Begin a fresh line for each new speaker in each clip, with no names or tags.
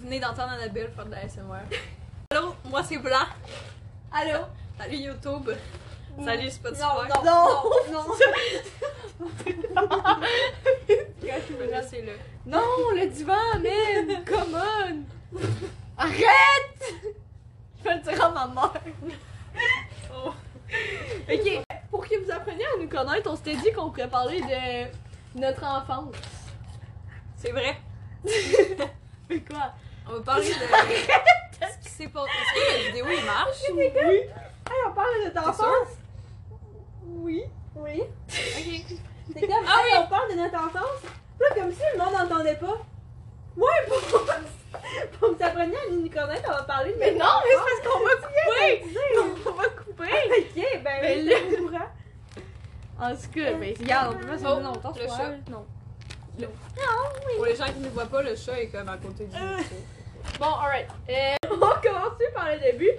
venez d'entendre Annabelle faire de la SMR. Allô, moi c'est Blanc.
Allô?
Salut YouTube.
Mm.
Salut Spotify.
Non, non, non, non.
c'est le.
Non, le divan, man! Come on! Arrête! Je vais le dire à ma mère.
Oh.
Ok, pour que vous appreniez à nous connaître, on s'était dit qu'on pourrait parler de notre enfance.
C'est vrai.
Mais quoi?
On va parler de. Qu'est-ce qui s'est passé? Est-ce que la vidéo il marche?
Oui! Hey, on parle de notre
enfance?
Oui.
Oui.
Ok.
C'est comme,
Ah
hey,
oui.
on parle de notre enfance. Là, comme si le monde n'entendait pas. Moi, pour, pour que vous appreniez à nous connaître, on va parler de
Mais
notre
non, mais
enfance.
c'est parce qu'on va couper!
Dis.
On va couper!
Ok, ben
Mais
oui,
là-
c'est au courant.
En tout cas, ben regarde, on peut pas se
Oh,
donner longtemps,
le
je crois.
chat.
Non.
Pour les gens qui ne voient pas, le chat est comme à côté du.
Euh.
Bon, alright. Euh,
On commence par le début.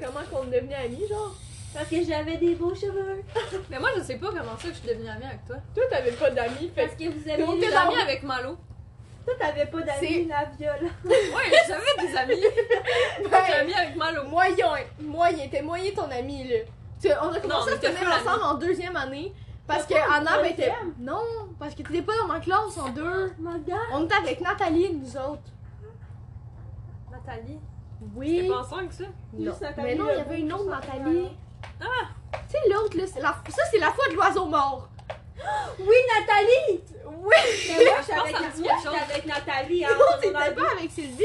comment qu'on est devenus amis, genre?
Parce que j'avais des beaux cheveux.
Mais moi je sais pas comment ça que je suis devenue amie avec toi.
Toi, t'avais pas d'amis, fait
Parce que vous
J'ai
aviez
des
genre-
amis avec Malo.
Toi, t'avais pas
C'est-
d'amis, la viole.
Ouais, j'avais des amis.
que.
J'étais amie avec Malo.
Moyen, moyen, t'es moyen ton ami là. Tu- on a
Non, on
commencé à se
était
tenir
pas
ensemble en deuxième année parce que
T'as pas
Anna
une
ben, était.
deuxième?
Non, parce que t'étais pas dans ma classe en deux.
Mon gars.
On était avec Nathalie nous autres.
Nathalie.
T'es
Oui.
pas ensemble que ça?
Non.
Juste Nathalie
Mais non, il y
Lebeau,
avait une autre
juste
Nathalie.
Ah!
Tu sais l'autre là, c'est la... ça c'est la fois de l'oiseau mort.
Oui, Nathalie!
Oui.
Mais moi, j'étais
pense
avec,
que ça me dit
moi,
quelque
j'étais
chose.
avec Nathalie. Hein,
Non,
on
t'étais
en a-
pas avec Sylvie.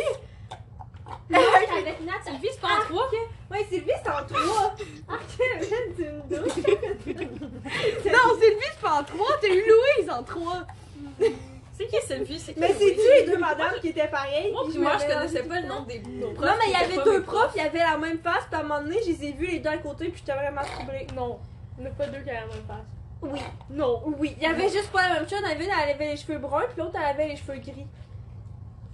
Non, j'étais avec Nathalie.
Sylvie, c'est pas en trois?
Ouais, Sylvie, c'est en trois. Ah, Kevin, tu me douches.
Non, Sylvie c'est pas en trois, t'as eu Louise en trois.
C'est qui Sylvie? C'est qui
Mais
Louis?
c'est-tu les deux madames qui étaient pareilles?
Moi,
qui
puis moi, je
jouaient
connaissais
dans-
pas le nom des nos profs.
Non, mais il y
c'était
avait
pas
deux
mes
profs, il y avait la même face, puis à un moment donné, je les ai vus les deux à côté, puis j'étais vraiment troublée.
Non, on n'a pas deux qui avaient la même face.
Oui,
Non.
oui. Il y avait juste pas la même chose. Il y en avait une, elle avait les cheveux bruns, puis l'autre, elle avait les cheveux gris.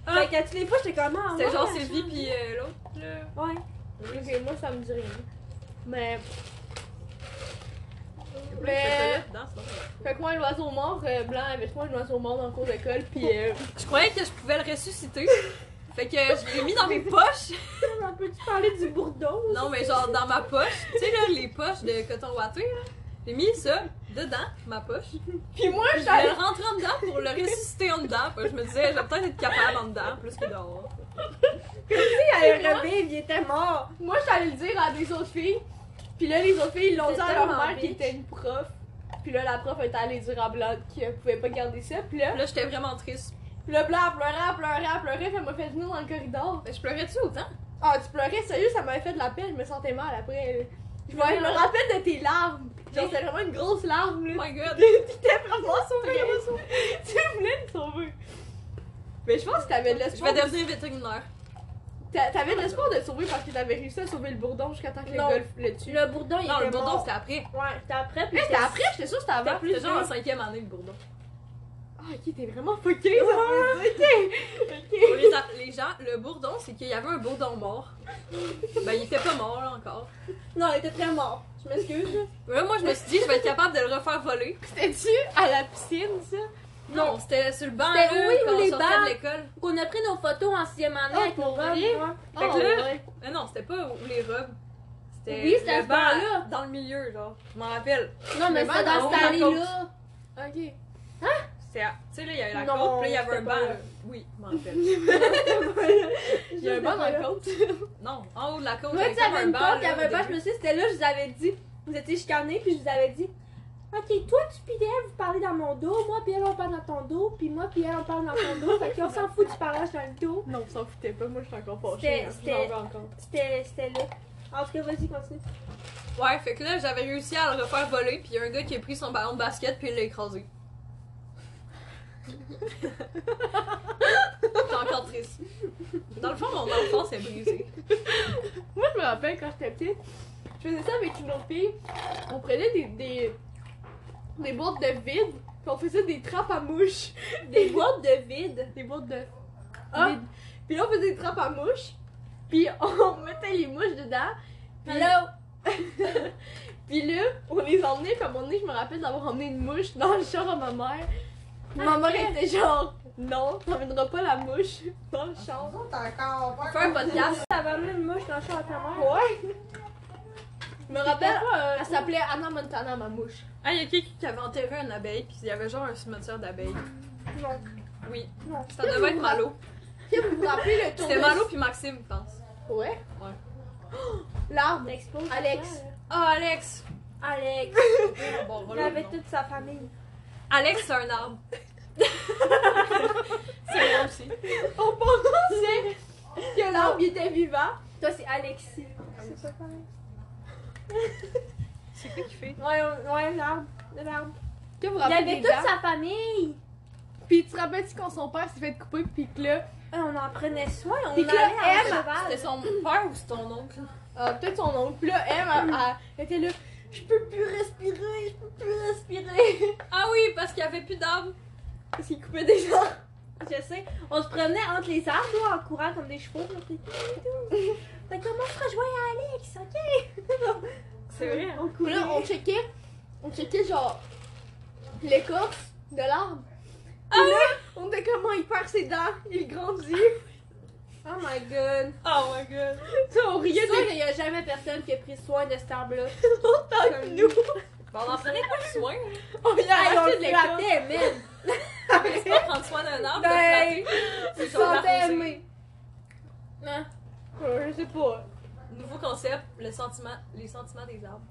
Ah.
Fait qu'à tous les fois, j'étais comme. ah,
C'était
ouais,
genre
la
Sylvie
chambre.
puis euh, l'autre. là.
Ouais.
Ok, moi ça me dit rien. Mais.
Oui,
Mais.
c'était là-dedans, c'est vrai.
Fait que moi, l'oiseau mort, euh, blanc avec moi, l'oiseau mort dans le cours d'école, pis euh,
Je croyais que je pouvais le ressusciter. Fait que je l'ai mis dans mes poches.
On peut-tu parler du bourdon?
Non, mais genre dans ma poche. Tu sais, là, les poches de coton ouaté, là. J'ai mis ça dedans, ma poche.
pis moi,
Je
j'allais.
voulais le rentrer en dedans pour le ressusciter en dedans. Puis je me disais, je vais peut-être être capable en dedans, plus que dehors.
Elle le revive, il était mort.
Moi, j'allais le dire à des autres filles, pis là, les autres filles, ils l'ont dit
C'est
à leur
tellement
mère qui
bitch.
était une prof. Pis là, la prof était allée dire à Blanc qu'elle pouvait pas garder ça, pis là,
Là, j'étais vraiment triste.
pis là, Blanc pleurait, pleurait, pleurait, fait m'a fait venir dans le corridor.
Ben,
Mais je pleurais-tu
hein?
autant?
Ah, tu pleurais, sérieux, ça m'avait fait de la peine, je me sentais mal après. Je me je me rappelle de tes larmes. Genre, c'était vraiment une grosse larme, là.
Oh my god!
T'étais vraiment sauvé. tu voulais me sauver. Mais je pense que t'avais de
Je
l'espoir.
vais devenir vétérinaire.
t'a- T'avais de l'espoir de te sauver parce que t'avais réussi à sauver le bourdon jusqu'à temps que le
Non.
golf le tue.
Le bourdon, il
Non, le
était
bourdon,
mort.
c'était après.
Ouais, c'était après, puis
Mais
il
c'était
était-
après, j'étais sûre que c'était avant.
C'était genre en cinquième année, le bourdon.
Ah, ok, t'es vraiment fucké, ça.
Pour les, a- les gens, le bourdon, c'est qu'il y avait un bourdon mort. Ben, il était pas mort, là, encore.
Non, il était très mort. Je m'excuse. là.
Mais là, moi, je me suis dit, je vais être capable de le refaire voler.
C'était-tu à la piscine, ça?
Non, c'était sur le banc, là,
C'était où,
quand
les
on sortait
bancs?
de l'école.
qu'on a pris nos photos en sixième année
Ah,
avec nos
pour vrai?
robes.
Fait que
Oh,
là-
ouais.
Mais Euh, non, c'était pas où les robes. C'était
Oui, c'était à
le
ce
banc,
banc-là.
dans le milieu, genre. Je m'en rappelle.
Non, mais
Le
c'est
banc
dans
d'en
cette
haut,
année-là.
Ok.
C'était à- Tu sais, là, il y avait la
Non,
côte, puis là, il y avait un
c'était
banc.
pas
là.
là.
Oui, je m'en rappelle.
Il y a un banc dans le compte.
Non, en haut de la côte, il y
Moi,
avait
tu
comme
avais
un
une
banc.
porte, il y avait un banc, je me suis dit, c'était là, je vous avais dit. Vous étiez chicanés, puis je vous avais dit. Ok, toi, tu pis elle, vous parlez dans mon dos. Moi, puis elle, on parle dans ton dos. Puis moi, puis elle, on parle dans ton dos. fait qu'on s'en fout du parlage dans le dos.
Non, on s'en foutait pas, moi je suis encore
C'était-
fâchée. hein,
c'était-
J'en veux encore.
C'était c'était là. En tout cas, vas-y, continue.
Ouais, fait que là, j'avais réussi à le refaire voler, puis il y a un gars qui a pris son ballon de basket, puis il l'a écrasé. J'étais encore triste. Dans le fond, mon enfance est brisée.
Moi, je me rappelle quand j'étais petite, je faisais ça avec une autre fille. On prenait des, des, des boîtes de vide, puis on faisait des trappes à mouches.
Des boîtes de vide.
Des boîtes de
Ah.
vide. Puis là, on faisait des trappes à mouches, puis on mettait les mouches dedans. Puis
Hello!
Puis là, on les
Ah,
emmenait, puis à un moment donné, je me rappelle d'avoir emmené une mouche dans le char à ma mère. Ma mère était genre, Non, t'emmèneras pas la mouche dans le char.
Fais un podcast.
Ah, Ça va amener une mouche dans le char à ta mère.
Ouais. Je me rappelle,
pas. euh,
elle s'appelait Anna Montana, ma mouche.
Ah, il y a quelqu'un qui avait enterré une abeille, puis il y avait genre un cimetière d'abeilles.
Non.
Oui.
Non.
Ça devait être Malo.
Puis vous vous rappelez le tour
C'était
de...
Malo puis Maxime, je pense.
Ouais.
Ouais.
L'arbre.
L'expose.
Alex.
Ah, Alex!
Alex.
Bon,
Il
voilà le
avait
nom.
toute sa famille.
Alex, c'est un arbre. c'est moi aussi.
On
Ah,
pensait que l'arbre il était vivant.
Toi, c'est Alexis. C'est pas pareil.
C'est quoi qui fait?
Ouais, on- ouais, l'arbre. L'arbre.
Que vous vous
Il
rappelez
avait
des
toute
arbres?
sa famille.
Puis tu te rappelles-tu quand son père s'est fait couper, puis que là,
Et Ah, on en prenait soin. On
Puis que
allait
là,
à
elle,
C'était
cheval.
son père ou c'est ton oncle?
euh, peut-être son oncle, puis là, elle, elle, elle- elle était là, je peux plus respirer, je peux plus respirer.
Ah oui, parce qu'il y avait plus d'arbre.
Parce qu'il coupait des gens.
Je sais. On se promenait entre les arbres, nous, en courant comme des chevaux. On était tout, tout. Fait que moi, je rejoins Alex, ok?
C'est vrai. hein?
On
Puis
courait.
là, on checkait, on checkait genre l'écorce de l'arbre.
Ah
Puis là, on était comment il perd ses dents, il grandit.
Oh my god.
Oh my god.
Ça, on
Je
riait
suis
des
sûre qu'il n'y a jamais personne qui a pris soin de cet arbre-là.
autant que nous.
Bon, on en prenait pas soin. hein.
On
Ah,
lui a
on
acheté
le
de l'écorce.
flattait, même.
Mais c'est pas prendre soin d'un arbre. de flatter.
Ben, Tu
C'est genre
sentais
l'arroser.
aimé.
Hein? Euh, Je sais pas.
Nouveau concept, le sentiment, les sentiments des arbres.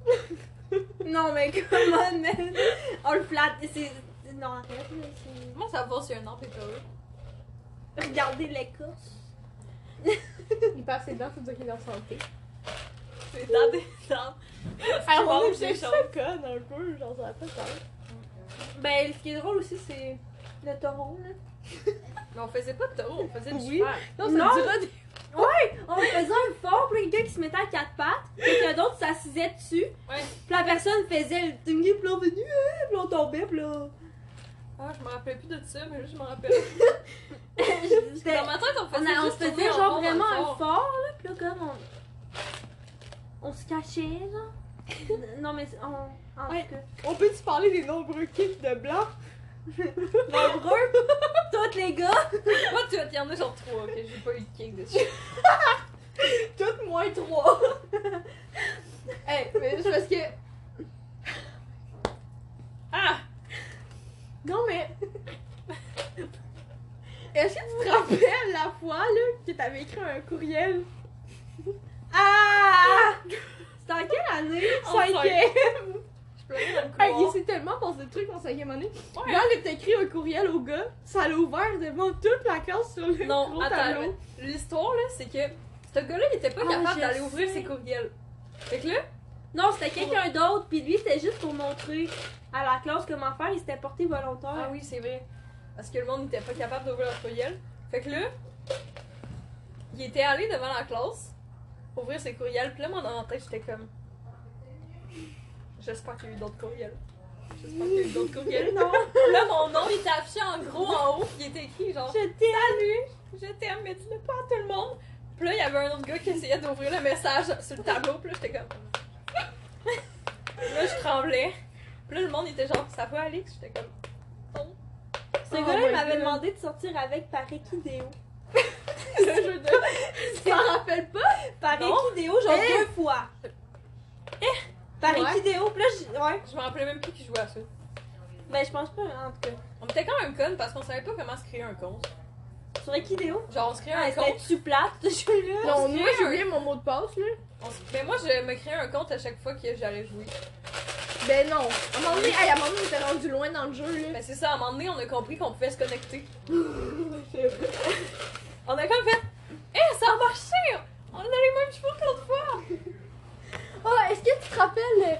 Non, mais comment, man? On le flatte. C'est... Non, arrête, là, c'est-
Comment ça va si un arbre est heureux?
Regardez l'écorce.
Il perd ses dents, faut dire qu'il est en santé.
C'est dans des arbres.
Ah,
on
on
est
est
des
ça
choses.
conne un peu, j'en sais pas ça.
Ben, ce qui est drôle aussi, c'est le taureau, là.
Mais on faisait pas de taureau, on faisait du
Oui.
cheval.
Non,
Non.
ça dira des...
Ouais! On faisait un fort, puis quelqu'un qui se mettait à quatre pattes, quelqu'un d'autre s'assisait dessus,
Ouais.
puis la personne faisait le dingue, puis là, venu, hein, puis on tombait, puis là.
Ah, je me rappelais plus de ça, mais là, je me rappelle.
C'était-
Dans ma tête, on
On,
faisait
a, on
juste
se faisait
tourner en rond
genre
dans le
vraiment un
fort.
fort, là, pis là, comme on. On se cachait, genre. non, mais c'est- on. En
Ouais.
tout cas.
On peut-tu parler des nombreux kills de blanc?
Nombreux! Tous les gars!
Moi, tu il y en a genre trois, que j'ai pas eu de kick dessus.
Toutes moins trois. hey, mais juste parce que.
Ah!
Non, mais. Est-ce que tu te rappelles la fois, là, que t'avais écrit un courriel?
Ah! C'était en quelle année?
Enfin.
Cinquième!
Oh Je pleurais dans le couloir.
Hey, il s'est tellement passé de trucs en cinquième année.
Ouais.
Là, elle t'a écrit un courriel au gars, ça l'a ouvert devant toute la classe sur le
Non,
gros
attends,
tableau.
mais l'histoire là, c'est que ce gars-là, il était pas
Ah, je
capable d'aller ouvrir
sais.
ses courriels. Fait que là,
Non, c'était quelqu'un d'autre, pis lui, c'était juste pour montrer à la classe comment faire, il s'était porté volontaire.
ah oui, c'est vrai. Parce que le monde n'était pas capable d'ouvrir leur courriel. Fait que là, il était allé devant la classe ouvrir ses courriels. Puis là, moi, dans ma tête, j'étais comme. J'espère qu'il y a eu d'autres courriels. J'espère qu'il y a eu d'autres courriels.
Non.
Puis là, mon nom, il était affiché en gros en haut. puis Il était écrit genre.
Je t'ai.
Salut, je t'aime, mais dis-le pas à tout le monde. Puis là, il y avait un autre gars qui essayait d'ouvrir le message sur le tableau. Puis là, j'étais comme. là, je tremblais. Puis là, le monde était genre, ça va, Alex? J'étais comme. Non.
Ce
Oh
gars-là,
my
il m'avait
God.
demandé de sortir avec par équidéo.
Le jeu de.
Tu t'en rappelles pas?
Par
Non.
équidéo, genre
Eh.
deux fois. Eh. Par
Ouais.
équidéo, pis là, j'ai- ouais.
Je me rappelais même plus qui jouait à ça.
Ben, je pense pas, en tout cas.
On était quand même connes parce qu'on savait pas comment se créer un compte.
Sur équidéo?
Genre, on se créait
Ah,
un compte.
c'était-tu plate, ce jeu-là?
Non,
se
moi
fait
j'ai
un-
oublié mon mot de passe, là.
on se- Mais moi, je me créais un compte à chaque fois que j'allais jouer.
Ben non. À un moment donné, hey, à un moment donné, on était rendu loin dans le jeu, là.
Mais c'est ça, à un moment donné, on a compris qu'on pouvait se connecter.
C'est vrai.
On a comme fait. Eh, ça a marché! On a les mêmes cheveux que l'autre fois!
Oh, est-ce que tu te rappelles euh,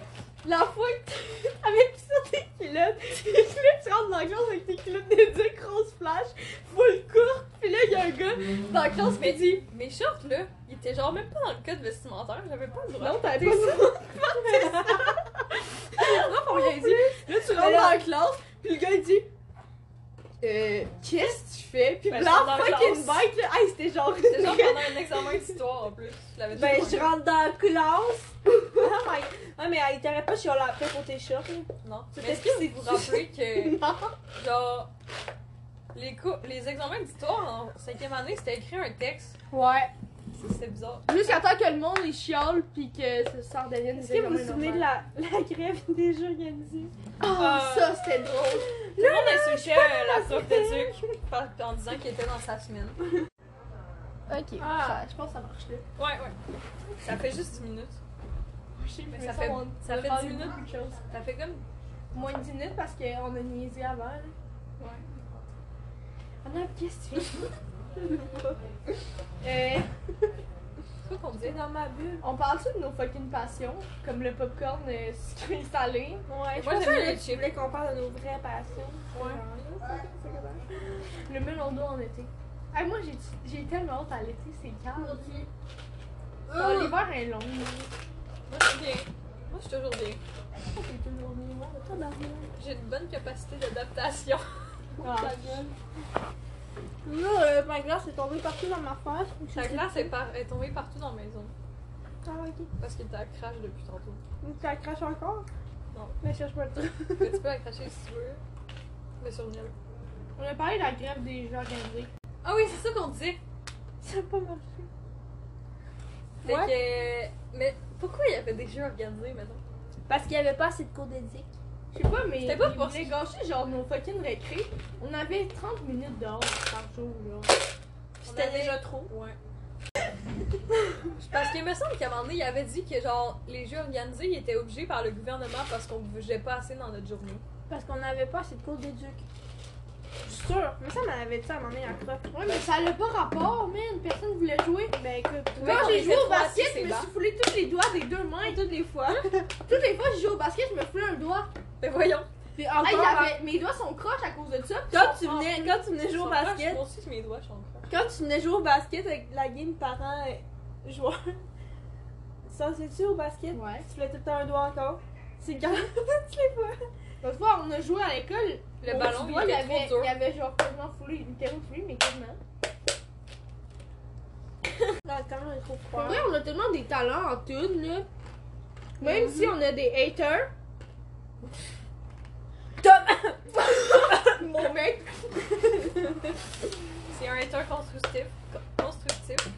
la fois que tu avais pissé sur tes culottes? Puis là, tu rentres dans la classe avec tes culottes des deux grosses flashs, full courte, puis là, il y a un gars dans la classe qui
Mais-
dit
Mes shorts là, ils étaient genre même pas dans le code vestimentaire, j'avais pas le droit.
Non, t'avais pas ça. Non, on lui a dit. Là, tu rentres
Mais là-
dans la classe, puis le gars, il dit Euh, qu'est-ce que tu fais? Puis
Ben,
blanc,
je suis dans la
fucking
classe.
bike, là. Hey, c'était genre.
C'était genre pendant un examen d'histoire en plus. Je l'avais
Ben,
toujours
je
pas
rentre dans la classe. Ah, my... ah mais elle t'aurait pas chialé après pour tes chats.
vu. Non. Mais
C'était
est-ce que vous vous rappelez que,
Non.
genre, les, cours- les examens d'histoire en cinquième année, c'était écrit un texte.
Ouais.
C'est- C'est bizarre.
Jusqu'à temps que le monde les chiale puis que ça s'en devienne
Est-ce que vous vous souvenez de la, la grève des jeux organisés?
Oh,
Euh,
ça c'était drôle.
Tout le monde insultait euh, la prof de Duc par- en disant qu'il était dans sa semaine.
Ok.
Ah.
ça- je pense que ça marche là.
Ouais, ouais. Ça fait juste 10 minutes. Mais ça fait, ça fait 10 minutes. Ça fait comme.
Moins de 10 minutes parce qu'on a niaisé avant. là.
Ouais.
On a une question.
Euh,
C'est quoi qu'on dit?
C'est dans ma bulle.
on parle-tu de nos fucking passions? Comme le popcorn euh, sucré salé.
Ouais,
Moi, j'aime mieux
que
le
tu
chip.
voulais qu'on parle de nos vraies passions.
Ouais.
Le melon d'eau en été. Ah, moi j'ai- j'ai tellement hâte à l'été, c'est calme. Oh,
Moi,
L'hiver est long.
je suis bien. Moi, je suis toujours bien.
C'est toujours mignon.
J'ai une bonne capacité d'adaptation.
Ah.
Là, euh, ma glace est tombée partout dans ma face.
Ta glace est, par- est tombée partout dans la maison.
Ah, ok.
Parce qu'il t'a crache depuis tantôt.
Tu la craches encore?
Non.
Mais cherche pas le truc.
Mais tu peux la cracher si tu veux. Mais sur le
On a parlé de la grève des gens organisés.
Ah oui, c'est ça qu'on disait.
Ça n'a pas marché.
Fait
Ouais.
que. Mais pourquoi il y avait des jeux organisés maintenant?
Parce qu'il n'y avait pas assez de cours d'éthique.
Je sais pas, mais
C'était pas
ils
pour-
voulaient gâcher genre nos fucking récré. On avait 30 minutes dehors par jour là.
C'était déjà
trop.
Ouais. parce qu'il me semble qu'à un moment donné, il avait dit que genre les jeux organisés ils étaient obligés par le gouvernement parce qu'on bougeait pas assez dans notre journée.
Parce qu'on n'avait pas assez de cours d'éduc. Je suis sûre. Mais ça m'en avait dit à un moment donné en prof.
Ouais, mais ça n'a pas rapport, man. Personne voulait jouer.
Ben écoute,
Ouais,
Quand
qu'on
j'ai
était
joué au
trois
basket,
assis,
je me
c'est
suis foulé tous Ah, les doigts des deux mains.
toutes les fois.
Toutes les fois que je joue au basket, je me foulais un doigt.
Mais Ben voyons.
Puis
Ah, il
encore,
avait- Mes doigts sont croches à cause de ça. puis
quand,
ils
tu
Ah,
sont-
venais, quand tu venais jouer au
Sans crache,
basket,
Moi aussi, je mets mes doigts, je suis en crache.
quand tu venais jouer au basket avec la game parents euh, joueurs, ça c'est-tu au basket?
Ouais.
Tu voulais tout le temps un doigt encore? C'est quand toutes les fois.
L'autre fois, on a joué à l'école.
Le
mon
ballon,
petit
il
doigt,
était
avait,
trop dur.
Il avait genre quasiment foulé, littéralement foulé, mais quasiment.
Là, quand même, on est trop
Pour
froid.
vrai, on a tellement des talents en tout, là.
Mm-hmm.
Même si on a des haters. Mon mec.
C'est un hater constructif. Co- Constructif.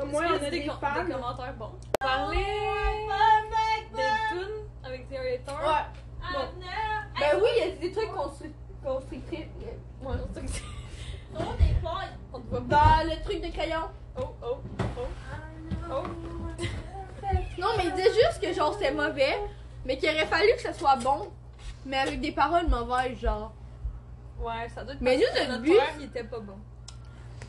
Au moins,
Est-ce
on
qu'il y
a des,
com-
fans.
des commentaires bons. Parler des tunes avec des haters.
Ouais.
Ah,
Bon.
non.
Ben oui, il y a des trucs constru- constructifs.
Ouais, on te dit- on te voit pas.
Dans Bah, le truc de crayon.
Oh, oh, oh. Oh.
Non, mais il disait juste que genre c'était mauvais, mais qu'il aurait fallu que ça soit bon, mais avec des paroles mauvaises, genre.
Ouais, ça doit être
Mais
parce
nous,
que
notre
notre
but-
père, il était pas bon.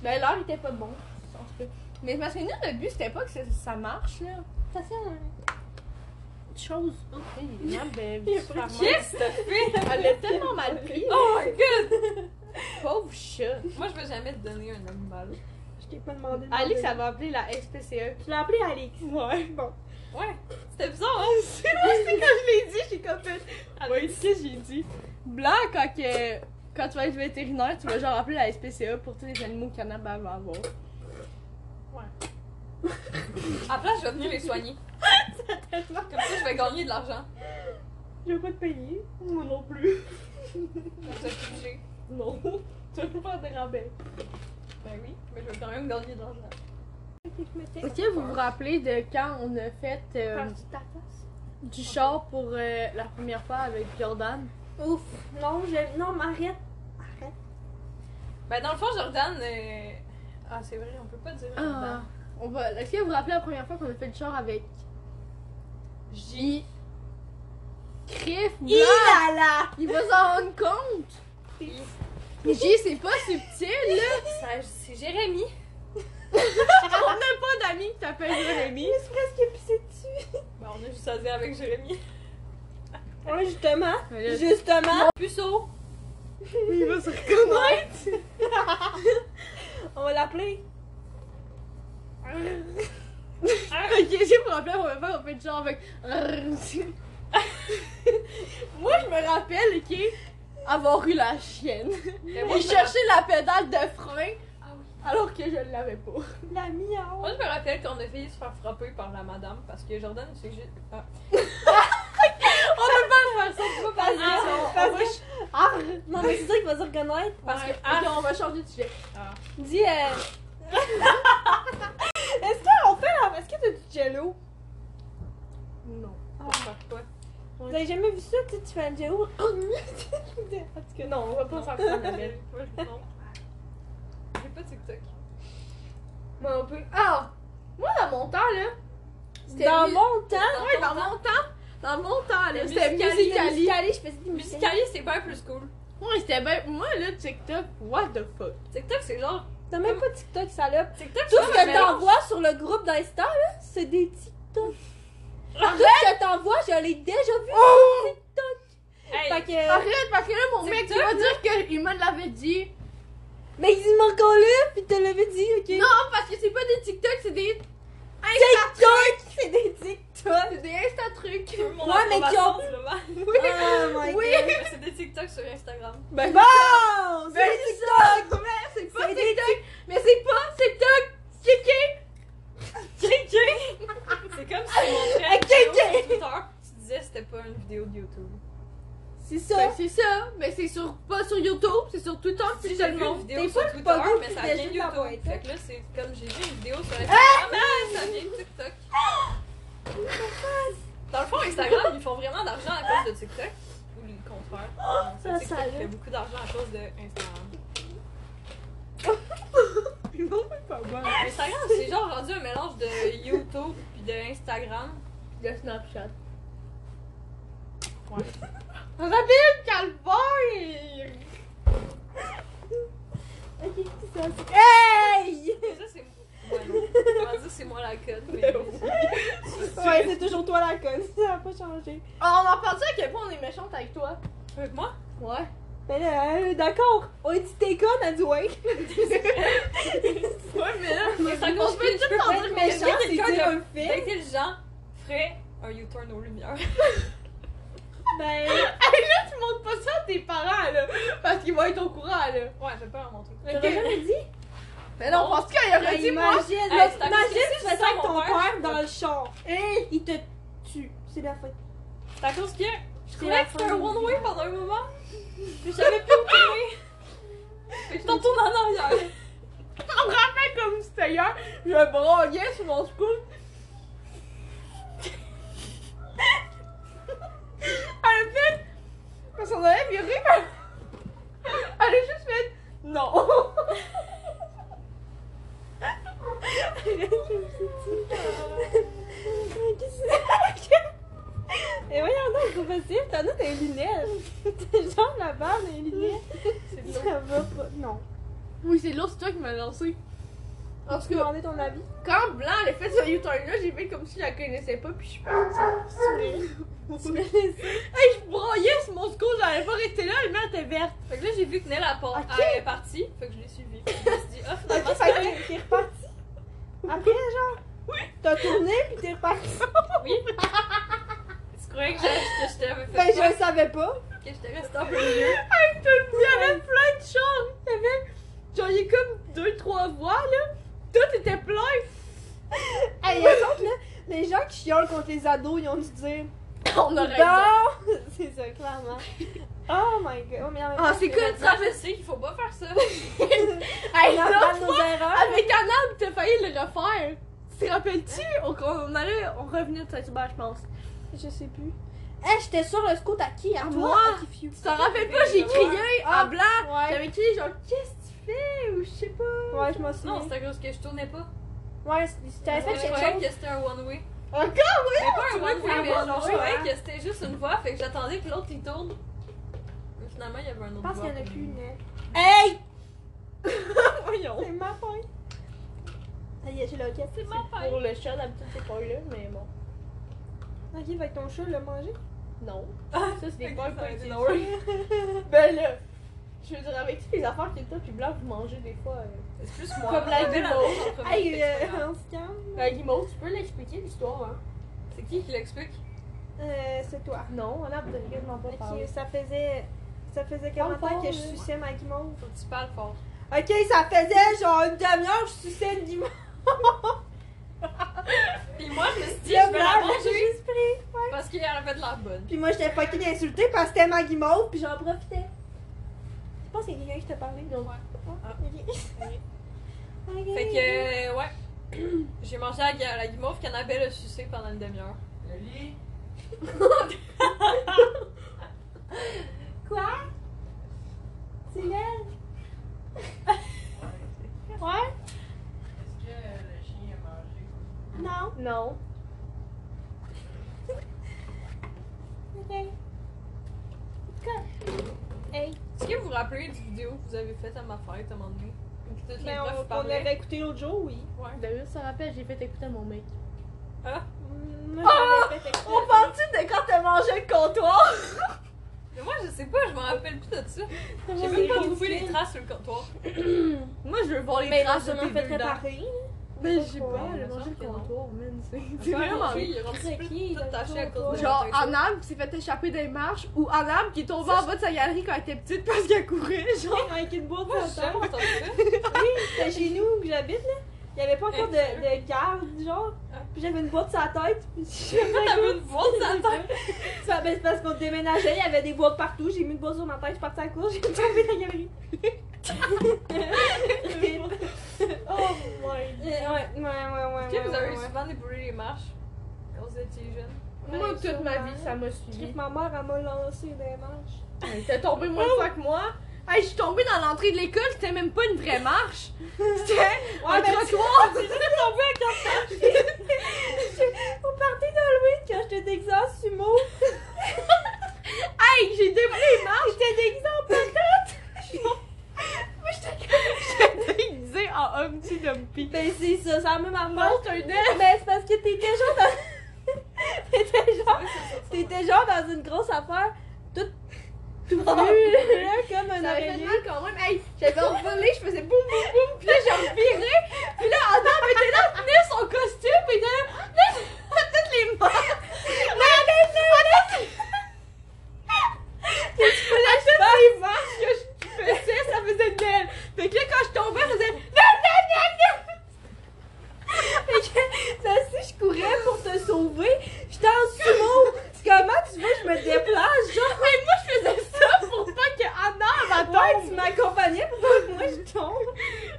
Ben l'heure était pas bon. en tout cas. Mais parce que nous, notre but, c'était pas que ça, ça marche, là.
Ça sert à
Chose. Oh,
Qu'est-ce que t'as fait?
ben, Elle l'a tellement mal pris.
Oh my god!
Pauvre chat.
Moi, je vais jamais te donner un animal.
Je t'ai pas demandé. de
Alex,
demander.
ça va appeler la SPCE.
Je l'ai appelé Alex. Ouais. Bon.
Ouais, c'était bizarre, hein?
C'est quand je l'ai dit, j'ai comme fait. Ouais, tu sais, j'ai dit. Blanc, quand, que, quand tu vas être vétérinaire, tu vas genre appeler la SPCA E pour tous les animaux que Canada va avoir.
Après, je vais venir les soigner.
Tellement.
Comme ça, je vais gagner de l'argent.
Je vais pas te payer.
Moi non plus.
Comme ça, je suis obligée.
Non. Tu vas pas faire des rabais.
Ben oui, mais je vais quand même gagner de l'argent.
Est-ce que
Euh,
vous vous rappelez de quand on a fait euh, du char pour euh, la première fois avec Jordan?
Ouf. Non, je. Non, m'arrête. Arrête.
Ben, dans le fond, Jordan. euh, Ah, c'est vrai, on peut pas dire
Ah.
Jordan.
On va... Est-ce que vous vous rappelez la première fois qu'on a fait le char avec J. Criff,
Il
Blanc!
a là.
Il va s'en rendre compte! J, c'est pas subtil, là!
Ça, C'est Jérémy.
On n'a pas d'amis qui t'appellent Jérémy.
Mais c'est presque pissé dessus.
Ben, on a juste à dire avec Jérémy.
Ouais, justement.
Mais là-
Justement.
Puceau.
Il va se reconnaître!
On va l'appeler.
ok, j'ai me rappelle la première fois qu'on fait le char avec. Moi, je me rappelle, ok, avoir eu la chienne.
Mais Ben, moi,
Et
je me rappelle-
chercher la pédale de frein
Ah oui.
alors que je ne l'avais pas.
La miaou.
Moi, je me rappelle qu'on a failli se faire frapper par la madame parce que Jordan, c'est juste. Ah.
On peut pas
ça, tu vas parler.
Ah,
on-
parce
on va-
que- Ah! Non, mais c'est sûr qu'il va se reconnaître parce
Ouais.
que.
Ah.
Ok, on va changer de sujet.
Ah.
Dis. euh, Est-ce qu'on fait la. Est-ce que t'as du jello?
Non,
Ah.
on ne pas.
Vous avez jamais vu ça? Tu sais, tu fais un jello. en tout cas, non, on va pas
Non.
faire ça, Annabelle.
Non. J'ai pas TikTok.
Moi non plus. Ah! Moi, dans mon temps, là. c'était
Dans
mu-
mon temps,
Ouais, dans mon temps. Dans mon temps, là.
Le
C'était
Musical.ly.
Musical.ly.
Musicali, je faisais des musicali.
Musicali, c'est bien plus cool.
Ouais, c'était bien. Moi, là, TikTok, what the fuck?
TikTok, c'est genre.
T'as même pas TikTok, salope.
TikTok,
Tout
c'est
ce
genre un
que
mélange.
t'envoies sur le groupe d'Insta, là, c'est des TikTok. Tout Ah, ce que t'envoies, je l'ai déjà vu sur TikTok. Fait
Hey,
que... euh,
Arrête, parce que là, mon mec, il
TikTok,
va dire qu'il me l'avait dit.
Mais il m'a encore là, puis t'as l'avais dit, ok?
Non, parce que c'est pas des TikTok, c'est des.
TikTok! C'est des TikTok!
C'est des Insta trucs.
tu veux mon
Ouais, mais qui ont-
approbation, là-bas?
Oh my
Oui.
god!
C'est des TikTok sur Instagram.
Ben,
Bon! C'est
Ben,
des TikTok!
c'est pas
C'est des
TikTok. Mais c'est pas TikTok. Kéké.
C'est comme si tu montrais
Ah,
une vidéo
ok,
sur Twitter, tu disais que c'était pas une vidéo de YouTube.
C'est
Ben,
ça!
c'est ça. Mais c'est sur pas sur YouTube, c'est sur Twitter
Si j'ai vu
seulement.
une vidéo
T'es
sur
Ah, pas le
Twitter,
pogo
mais
qui
ça
fait
vient de
juste la
YouTube.
boîte, Ah! hein.
Fait que là, c'est comme j'ai vu une vidéo sur Instagram, mais ça vient de TikTok.
Ah!
Dans le fond, Instagram, ils font vraiment d'argent à cause de TikTok. Ou le contraire.
Ah, ça,
C'est TikTok qui
là.
fait beaucoup d'argent à cause de Instagram. Instagram, c'est genre rendu un mélange de YouTube puis de Instagram.
Le Snapchat.
Ouais.
Rapide, calvaire.
Ok, c'est ça. Hey!
Mais Ça, c'est. Ouais, non. Rendu, c'est moi la code. Mais...
Ouais, c'est toujours toi la conne, ça a pas changé.
Oh, on en parle à quel point on est méchante avec toi.
Avec moi?
Ouais.
Mais là, euh, d'accord! On dit t'es conne, elle dit
Ouais,
ouais!
mais là,
Mais ça
on peut
continue,
tout
tu peux
t'en
pas
dire
être
mais
méchant.
c'est
quelqu'un
dire
de-
un fait!
D'intelligent ferait un U-turn aux lumières.
Ben,
tu montres pas ça à tes parents, là. Parce qu'ils vont être au courant, là.
Ouais, j'ai peur à mon truc.
t'aurais jamais dit?
Mais non, parce qu'il aurait dit,
Ben, Imagine,
moi.
Hey,
là,
c'est à cause
imagine,
que
tu
si
fais
je
ça avec
sens
ton
mon père,
père dans le char.
Hey.
Il te tue. C'est la faute.
C'est à cause que je trouvais
la
que c'était un
fin.
one-way pendant un moment. Mais j'avais plus où tourner. Fait que Je t'en tourne en arrière.
Je me rappelle comme c'était hier, je broguais sur mon scoop. Elle a fait. Parce qu'on avait viré, mais. Elle a juste fait. Non!
Mais voyons donc, c'est pas possible. T'en as des lunettes. T'es genre la barre des lunettes.
C'est bizarre.
Ça va pas. Non.
Oui, c'est l'autre, c'est toi qui m'as lancé.
En tout cas, demandé ton avis.
Quand Blanc elle a fait ce U-turn là, j'ai fait comme si je la connaissais pas, puis je suis partie. Hey, je broyais sur mon scoop, j'allais pas rester là, le mère était verte.
Fait que là, j'ai vu que Nell a por-
Ok.
elle est partie. Fait que je l'ai suivie. Fait que Je me suis dit, oh,
Ok,
finalement, c'est
fait que t'es reparti. Après, genre. T'as tourné puis t'es reparti.
Tu croyais que je- que je t'avais
Ben,
fait
je
peur,
le savais pas.
que je t'avais resté un peu mieux.
Hey, tout le- il y avait plein de chars. Il y avait, genre, il y a comme deux, trois voies, là. Tout était plein.
Hey, eux autres, là, les gens qui chiolent contre les ados, ils ont dû dire.
On
Bon! C'est ça, clairement. Oh my god. Oh, mais en même
Ah,
temps,
c'est
je
cool.
vais-
Tu sais, je sais qu'il faut pas faire ça.
Hey,
On
l'autre
apprend nos
fois,
erreurs.
avec un arbre, t'as failli le refaire. Tu te rappelles-tu? On, on allait, on revenait de Saint-Hubert, je pense.
Je sais plus. Hey, j'étais sur le scout à qui À
À
moi
moi.
À qui fiu?
Tu t'en rappelles pas? J'ai crié
Ah,
en blanc.
Ouais.
J'avais crié genre, qu'est-ce que tu fais? Ou je sais pas.
Ouais, je m'en
Non,
souviens.
c'est à cause que je tournais pas.
Ouais, c'est- si t'avais fait
je
quelque
croyais
chose.
que c'était un one-way.
Encore?
Mais pas un
tu veux
one-way, mais
faire un
je
one-way,
croyais
hein?
que c'était juste une voie. Fait que j'attendais que l'autre il tourne. Mais finalement, il y avait un autre
Je pense qu'il y en a
voie.
plus une. hein.
Hey! Voyons.
C'est ma faute. Ça y est, j'ai le
C'est ma faille.
Pour le chat, d'habitude, c'est pas là, mais bon.
Ok, va ton chat le manger.
Non.
Ah,
Ça, c'est des
ok,
bugs
ça aurait été
qui-
drôle.
Ben là, je veux dire, avec toutes les affaires que t'as, puis blanc, vous mangez des fois. euh.
C'est plus moi.
Comme la
On avait
guimauve.
même entreprise,
Hey,
fait que c'est
euh,
pas grave.
on se calme.
La Euh, guimauve, tu peux l'expliquer l'histoire, hein?
C'est qui qui l'explique?
Euh, c'est toi.
Non, on a quasiment pas
Ok, ça faisait. Ça faisait
Parle
combien de temps
fort,
que je
là.
suçais ma guimauve?
Faut que tu parles fort.
hein. Ok, ça faisait genre une demi-heure que je suçais une guimauve.
Puis moi, je me suis dit,
Le
je vais
blanc,
la
là, j'ai
manger.
juste pris. Ouais.
Parce qu'elle a fait de la bonne.
Puis moi, j'étais fucking insultée parce que c'était Maggie Mauve, puis
Puis j'en profitais. Je pense qu'il y a quelqu'un qui t'a parlé.
Non, ouais.
Ah. Ok.
Fait que, euh, ouais. J'ai mangé à la, la guimauve qu'Annabelle a sucé pendant une demi-heure.
Le lit.
Quoi? C'est elle? ouais?
Est-ce que euh, le chien a mangé?
Non.
Non.
Ok. Quoi? Hey.
Est-ce que vous vous rappelez du vidéo que vous avez faite à ma fête à un moment donné? Où toutes les
Mais
profs
Ben, on, on
parlaient?
l'avait écouté l'autre jour, oui.
Ouais.
Darius se rappelle, j'ai fait écouter à mon mec.
Ah!
Moi, j'avais fait exprès.
On parle-tu de quand t'as mangé le comptoir?
Mais moi, je sais pas, je me rappelle plus de ça. J'ai
C'est
même pas
ridicule.
trouvé les traces sur le comptoir. moi, je veux voir les
Mais
traces
on
de
en
tes
fait
deux dents.
réparer.
Ben, j'ai
Ouais,
pas,
il
elle
me
a mangé
semble
le
que non.
comptoir, man. c'est-
C'est
C'est
vraiment
vraiment.
lui, il est rendu
Croquis,
tout taché à cause de
Genre,
la teinture.
Anab qui s'est fait échapper des marches ou Anab qui est tombée en bas de sa galerie quand elle était petite parce qu'elle courait, genre.
Genre, avec une boîte
Moi, je
de
sais pas,
temps.
on ça.
C'était Euh, chez nous que j'habite, là. Il y avait pas encore de, de garde, genre.
Ah.
Puis j'avais une boîte sur la tête. Puis je-
T'avais une voix dans la tête.
Ça, ben, c'est parce qu'on déménageait, il y avait des boîtes partout. J'ai mis une boîte sur ma tête, je suis partie à la course, j'ai tombé dans la galerie. Rip.
Oh my
Euh, ouais, ouais, ouais, ouais.
Est-ce que vous
ouais,
avez
ouais.
souvent déboulé les marches quand vous étiez jeune?
Moi,
Ouais,
toute ma
sûrement.
vie, ça m'a
Rip,
suivi.
ma mère, elle m'a lancé des marches.
Elle était tombée moins de fois que moi. Hey, je suis tombée dans l'entrée de l'école, c'était même pas une vraie marche. C'était un
ben,
trottoir.
Au party d'Halloween, quand j'étais déguisée en sumo,
Hey, j'ai déboulé les marches.
j'étais déguisée en patate.
J'étais déguisée en Humpty Dumpty.
Ben, c'est ça, ça a même affaire.
Montre un aile.
Mais c'est parce que t'étais genre dans... t'étais genre... T'étais genre dans une grosse affaire, toute... Tout
Ah.
vue, là, comme un
Ça avait fait
oreiller.
mal quand même. Hey, j'avais envolé, je faisais boum boum boum, puis là j'ai reviré. Puis là, Adam était là, tenait son costume, puis il était là, là, toutes les mains.
Ah,
les marches que je faisais, ça faisait une aile. Fait que là, quand je tombais, je faisais non, non, non, non.
Fait que, là,
ben,
si je courais pour te sauver, j'étais en sumo. Comment tu veux que je me déplace? Genre,
Mais moi, je faisais ça pour pas que Anna elle
ouais,
m'attende.
tu m'accompagnais pour pas que moi je tombe.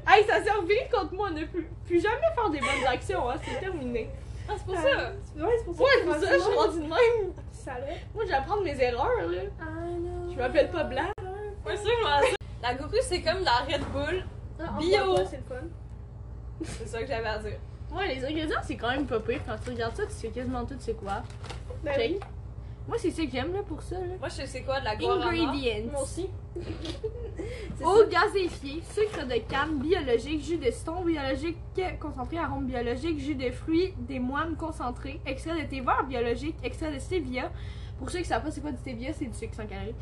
Hey, ça s'est revenu contre moi. On ne peut plus jamais faire des bonnes actions, hein. C'est terminé.
Ah, c'est pour ça!
Ouais, c'est pour ça
Ouais,
que
c'est ça,
je
je suis rendue de même.
Salope.
Moi, j'apprends de mes erreurs, là. Je m'appelle pas Blanc.
Ouais, ça, je m'en rappelle. La gourou, c'est comme la Red Bull. Bio.
Ah, C'est le fun.
C'est ça que j'avais à dire.
Ouais, les ingrédients, c'est quand même pas pire. Quand tu regardes ça, tu sais quasiment tout c'est quoi.
Ben
Check.
oui,
Moi, c'est ça que j'aime, là, pour ça, là.
Moi, je sais c'est quoi de la guarana.
moi
Ingredients.
aussi. Oh. C'est
Eau gazéfiée, sucre de canne biologique, jus de citron biologique concentré, arôme biologique, jus de fruits, des moines concentrés, extrait de thé vert biologique, extrait de stevia. Pour ceux qui savent pas c'est quoi du stevia, c'est du sucre sans calories.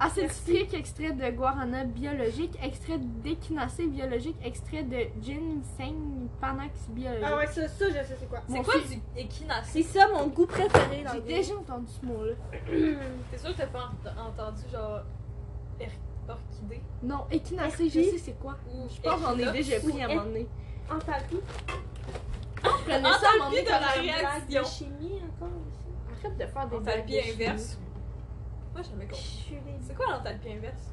Acide citrique, extrait de guarana biologique, extrait d'échinacée biologique, extrait de ginseng panax biologique.
Ah ouais, ça, ça, je sais c'est quoi.
C'est
Mon
quoi
fils-
du échinacée?
C'est ça mon goût préféré dans
J'ai
le
déjà entendu ce mot-là.
T'es sûr que t'as pas ent- entendu genre er- orchidée?
Non, échinacée, je
Merci.
sais c'est quoi.
Ou
Je pense que j'en ai
échina?
déjà pris à un
Ou
moment donné.
En tapis.
Je prenais ça à un moment donné
Enthalpie de
comme
la
un
réaction.
blague.
De chimie encore aussi.
Arrête de faire des
Enthalpie
blagues de chimie.
inverse. Moi, j'avais
Je
compris.
suis les-
C'est quoi l'enthalpie inverse?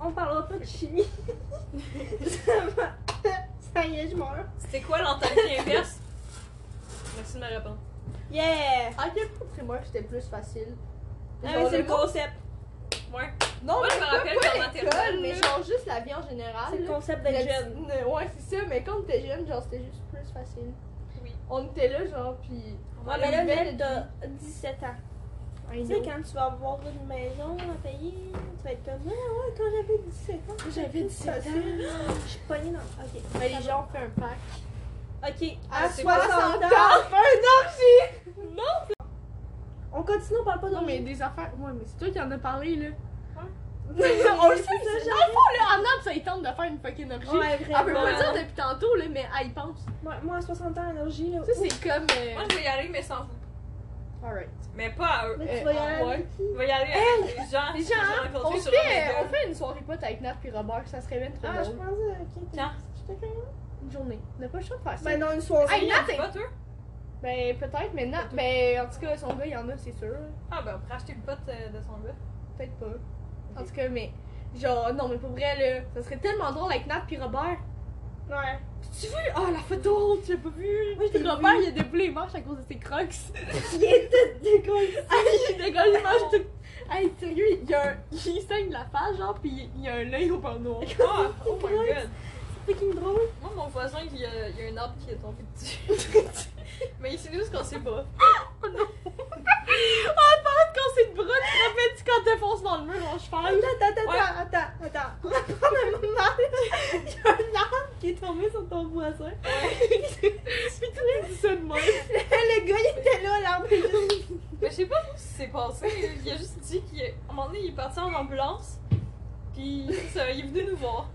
On parlera pas de chimie. Ça va. Ça y est, je meurs.
C'était quoi l'enthalpie inverse? Merci de me répondre.
Yeah!
À quel point primaire c'était plus facile?
Ah, mais c'est le concept.
Ouais.
Non,
Moi,
mais
je me rappelle
pas,
qu'en
pas
maternelle,
l'école, mais
là.
genre juste la vie en
C'est
général.
le
là.
concept d'être
La-
jeune.
ne- Ouais, c'est ça, mais quand on était jeune, genre c'était juste plus facile.
Oui.
On était là, genre, pis.
Ouais, mais là, jeune, t'as 17 ans. Tu sais, quand tu vas avoir une maison à payer, tu vas être comme, ah ouais, quand j'avais 17 ans.
J'avais 17 ans.
Je suis pognée dans. Ok.
Mais les gens ont fait un pack.
Ok,
Ah,
à
c'est
60 ans.
on fait un orgie!
On continue, on parle pas
Non, mais
d'orgie.
des affaires. Ouais, mais c'est toi qui en as parlé, là.
on le sait,
c'est-
ça,
Dans le fond, là, Anna, ça, il tente de faire une fucking orgie.
Ouais,
Elle peut
vraiment.
pas le dire depuis tantôt, là, mais elle y pense.
Moi, moi, à 60 ans, énergie, là.
Ça, c'est comme. euh,
Moi, je vais y aller, mais sans vous.
Alright.
Mais pas à eux.
Là, tu
Euh,
vas y aller.
ouais.
avec qui?
Je vais y aller avec les gens hein?
Les
que j'ai
gens, hein, on
rencontrés
se
sur
fait,
la
on fait une soirée pote avec Nat puis Robert, ça serait bien trop
Ah, je
drôle. Ben,
pensais, ok. t'es-
Quand?
J'étais quand même.
Une journée. On n'a pas le choix de faire ça.
Ben non, une soirée.
Hey, Nat,
Pas toi?
Ben, peut-être, mais non. Ben, en tout cas, son gars, il y en a, c'est sûr.
Ah, ben, on pourrait acheter le pote euh, de son gars.
Peut-être pas. En tout cas, mais. Genre, non, mais pour vrai, là, ça serait tellement drôle avec Nat puis Robert.
Ouais.
Tu veux? Ah, la photo, tu l'as pas vue? Moi,
l'ai
Robert,
vue.
il a déboulé les manches à cause de ses crocs.
Il était dégueulasse.
Ah, il dégueule les manches tout. Hey, sérieux, il y a un. Il saigne de la face, genre, pis il y a un œil au bord noir.
Ah, oh my god.
C'est fucking drôle.
Moi, mon voisin, il y a, il y a un arbre qui est tombé dessus. mais il sait juste qu'on sait pas.
Ah, par contre, quand c'est de bras, tu te rappelles tu quand t'es fonce dans le mur en cheval?
Attends, attends,
Ouais.
attends, attends, attends. On va prendre un moment. Il y a un arbre qui est tombé sur ton voisin.
Puis tu dis ça de même.
Le gars, il était là, l'arbre. il était juste-
Mais je sais pas ce qui s'est passé. Il a juste dit qu'à un moment donné, il est parti en ambulance. Puis ça, il est venu nous voir.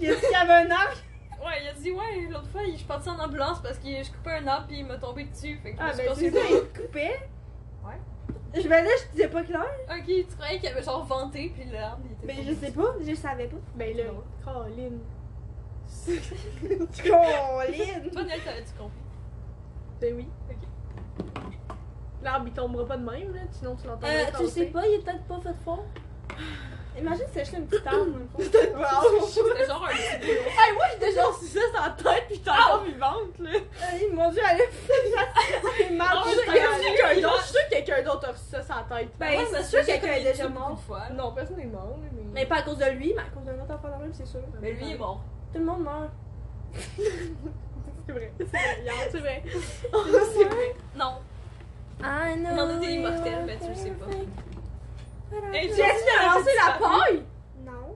Il a dit qu'il y avait un arbre.
Ouais, il a dit, ouais, l'autre fois, je suis partie en ambulance parce que je coupais un arbre puis il m'a tombé dessus. Fait que je
Ah,
me suis
ben,
cassé
c'est
le
ça, il te coupait. Je vais là, je disais pas clair.
bras. Ok, tu croyais qu'il avait genre vanté puis l'arbre, il était.
Mais
tombé
je sais pas, je savais pas.
Ben là, Caroline.
dessus.
Colline!
Toi, Nel, t'avais-tu compris?
Ben oui.
Ok.
L'arbre, il tombera pas de même, là, sinon tu l'entends.
Euh, tu sais pas, il est peut-être pas fait de fond.
Imagine si c'est juste une petite arme. dans le fond.
C'était genre un petit boulot.
Hey, moi, j'ai déjà reçu ça sur la tête, pis j'étais encore vivante, là.
Hey, mon dieu, elle a elle marche.
Oh,
Ah, Je
j'ai-
Elle-
suis quelqu'un d'autre, je suis sûr que quelqu'un d'autre a reçu ça sur la tête.
Ben, c'est sûr que quelqu'un est déjà mort.
non, personne n'est mort, là, mais.
Mais pas à cause de lui, mais à cause d'un autre enfant dans le même, c'est sûr.
Mais lui, il est mort.
Tout le monde meurt.
C'est vrai, c'est vrai, Yann, c'est vrai.
c'est vrai.
Non.
Ah non.
Il en a des immortels, mais tu le sais pas. Hey,
J'ai essayé de lancer la paille! Non.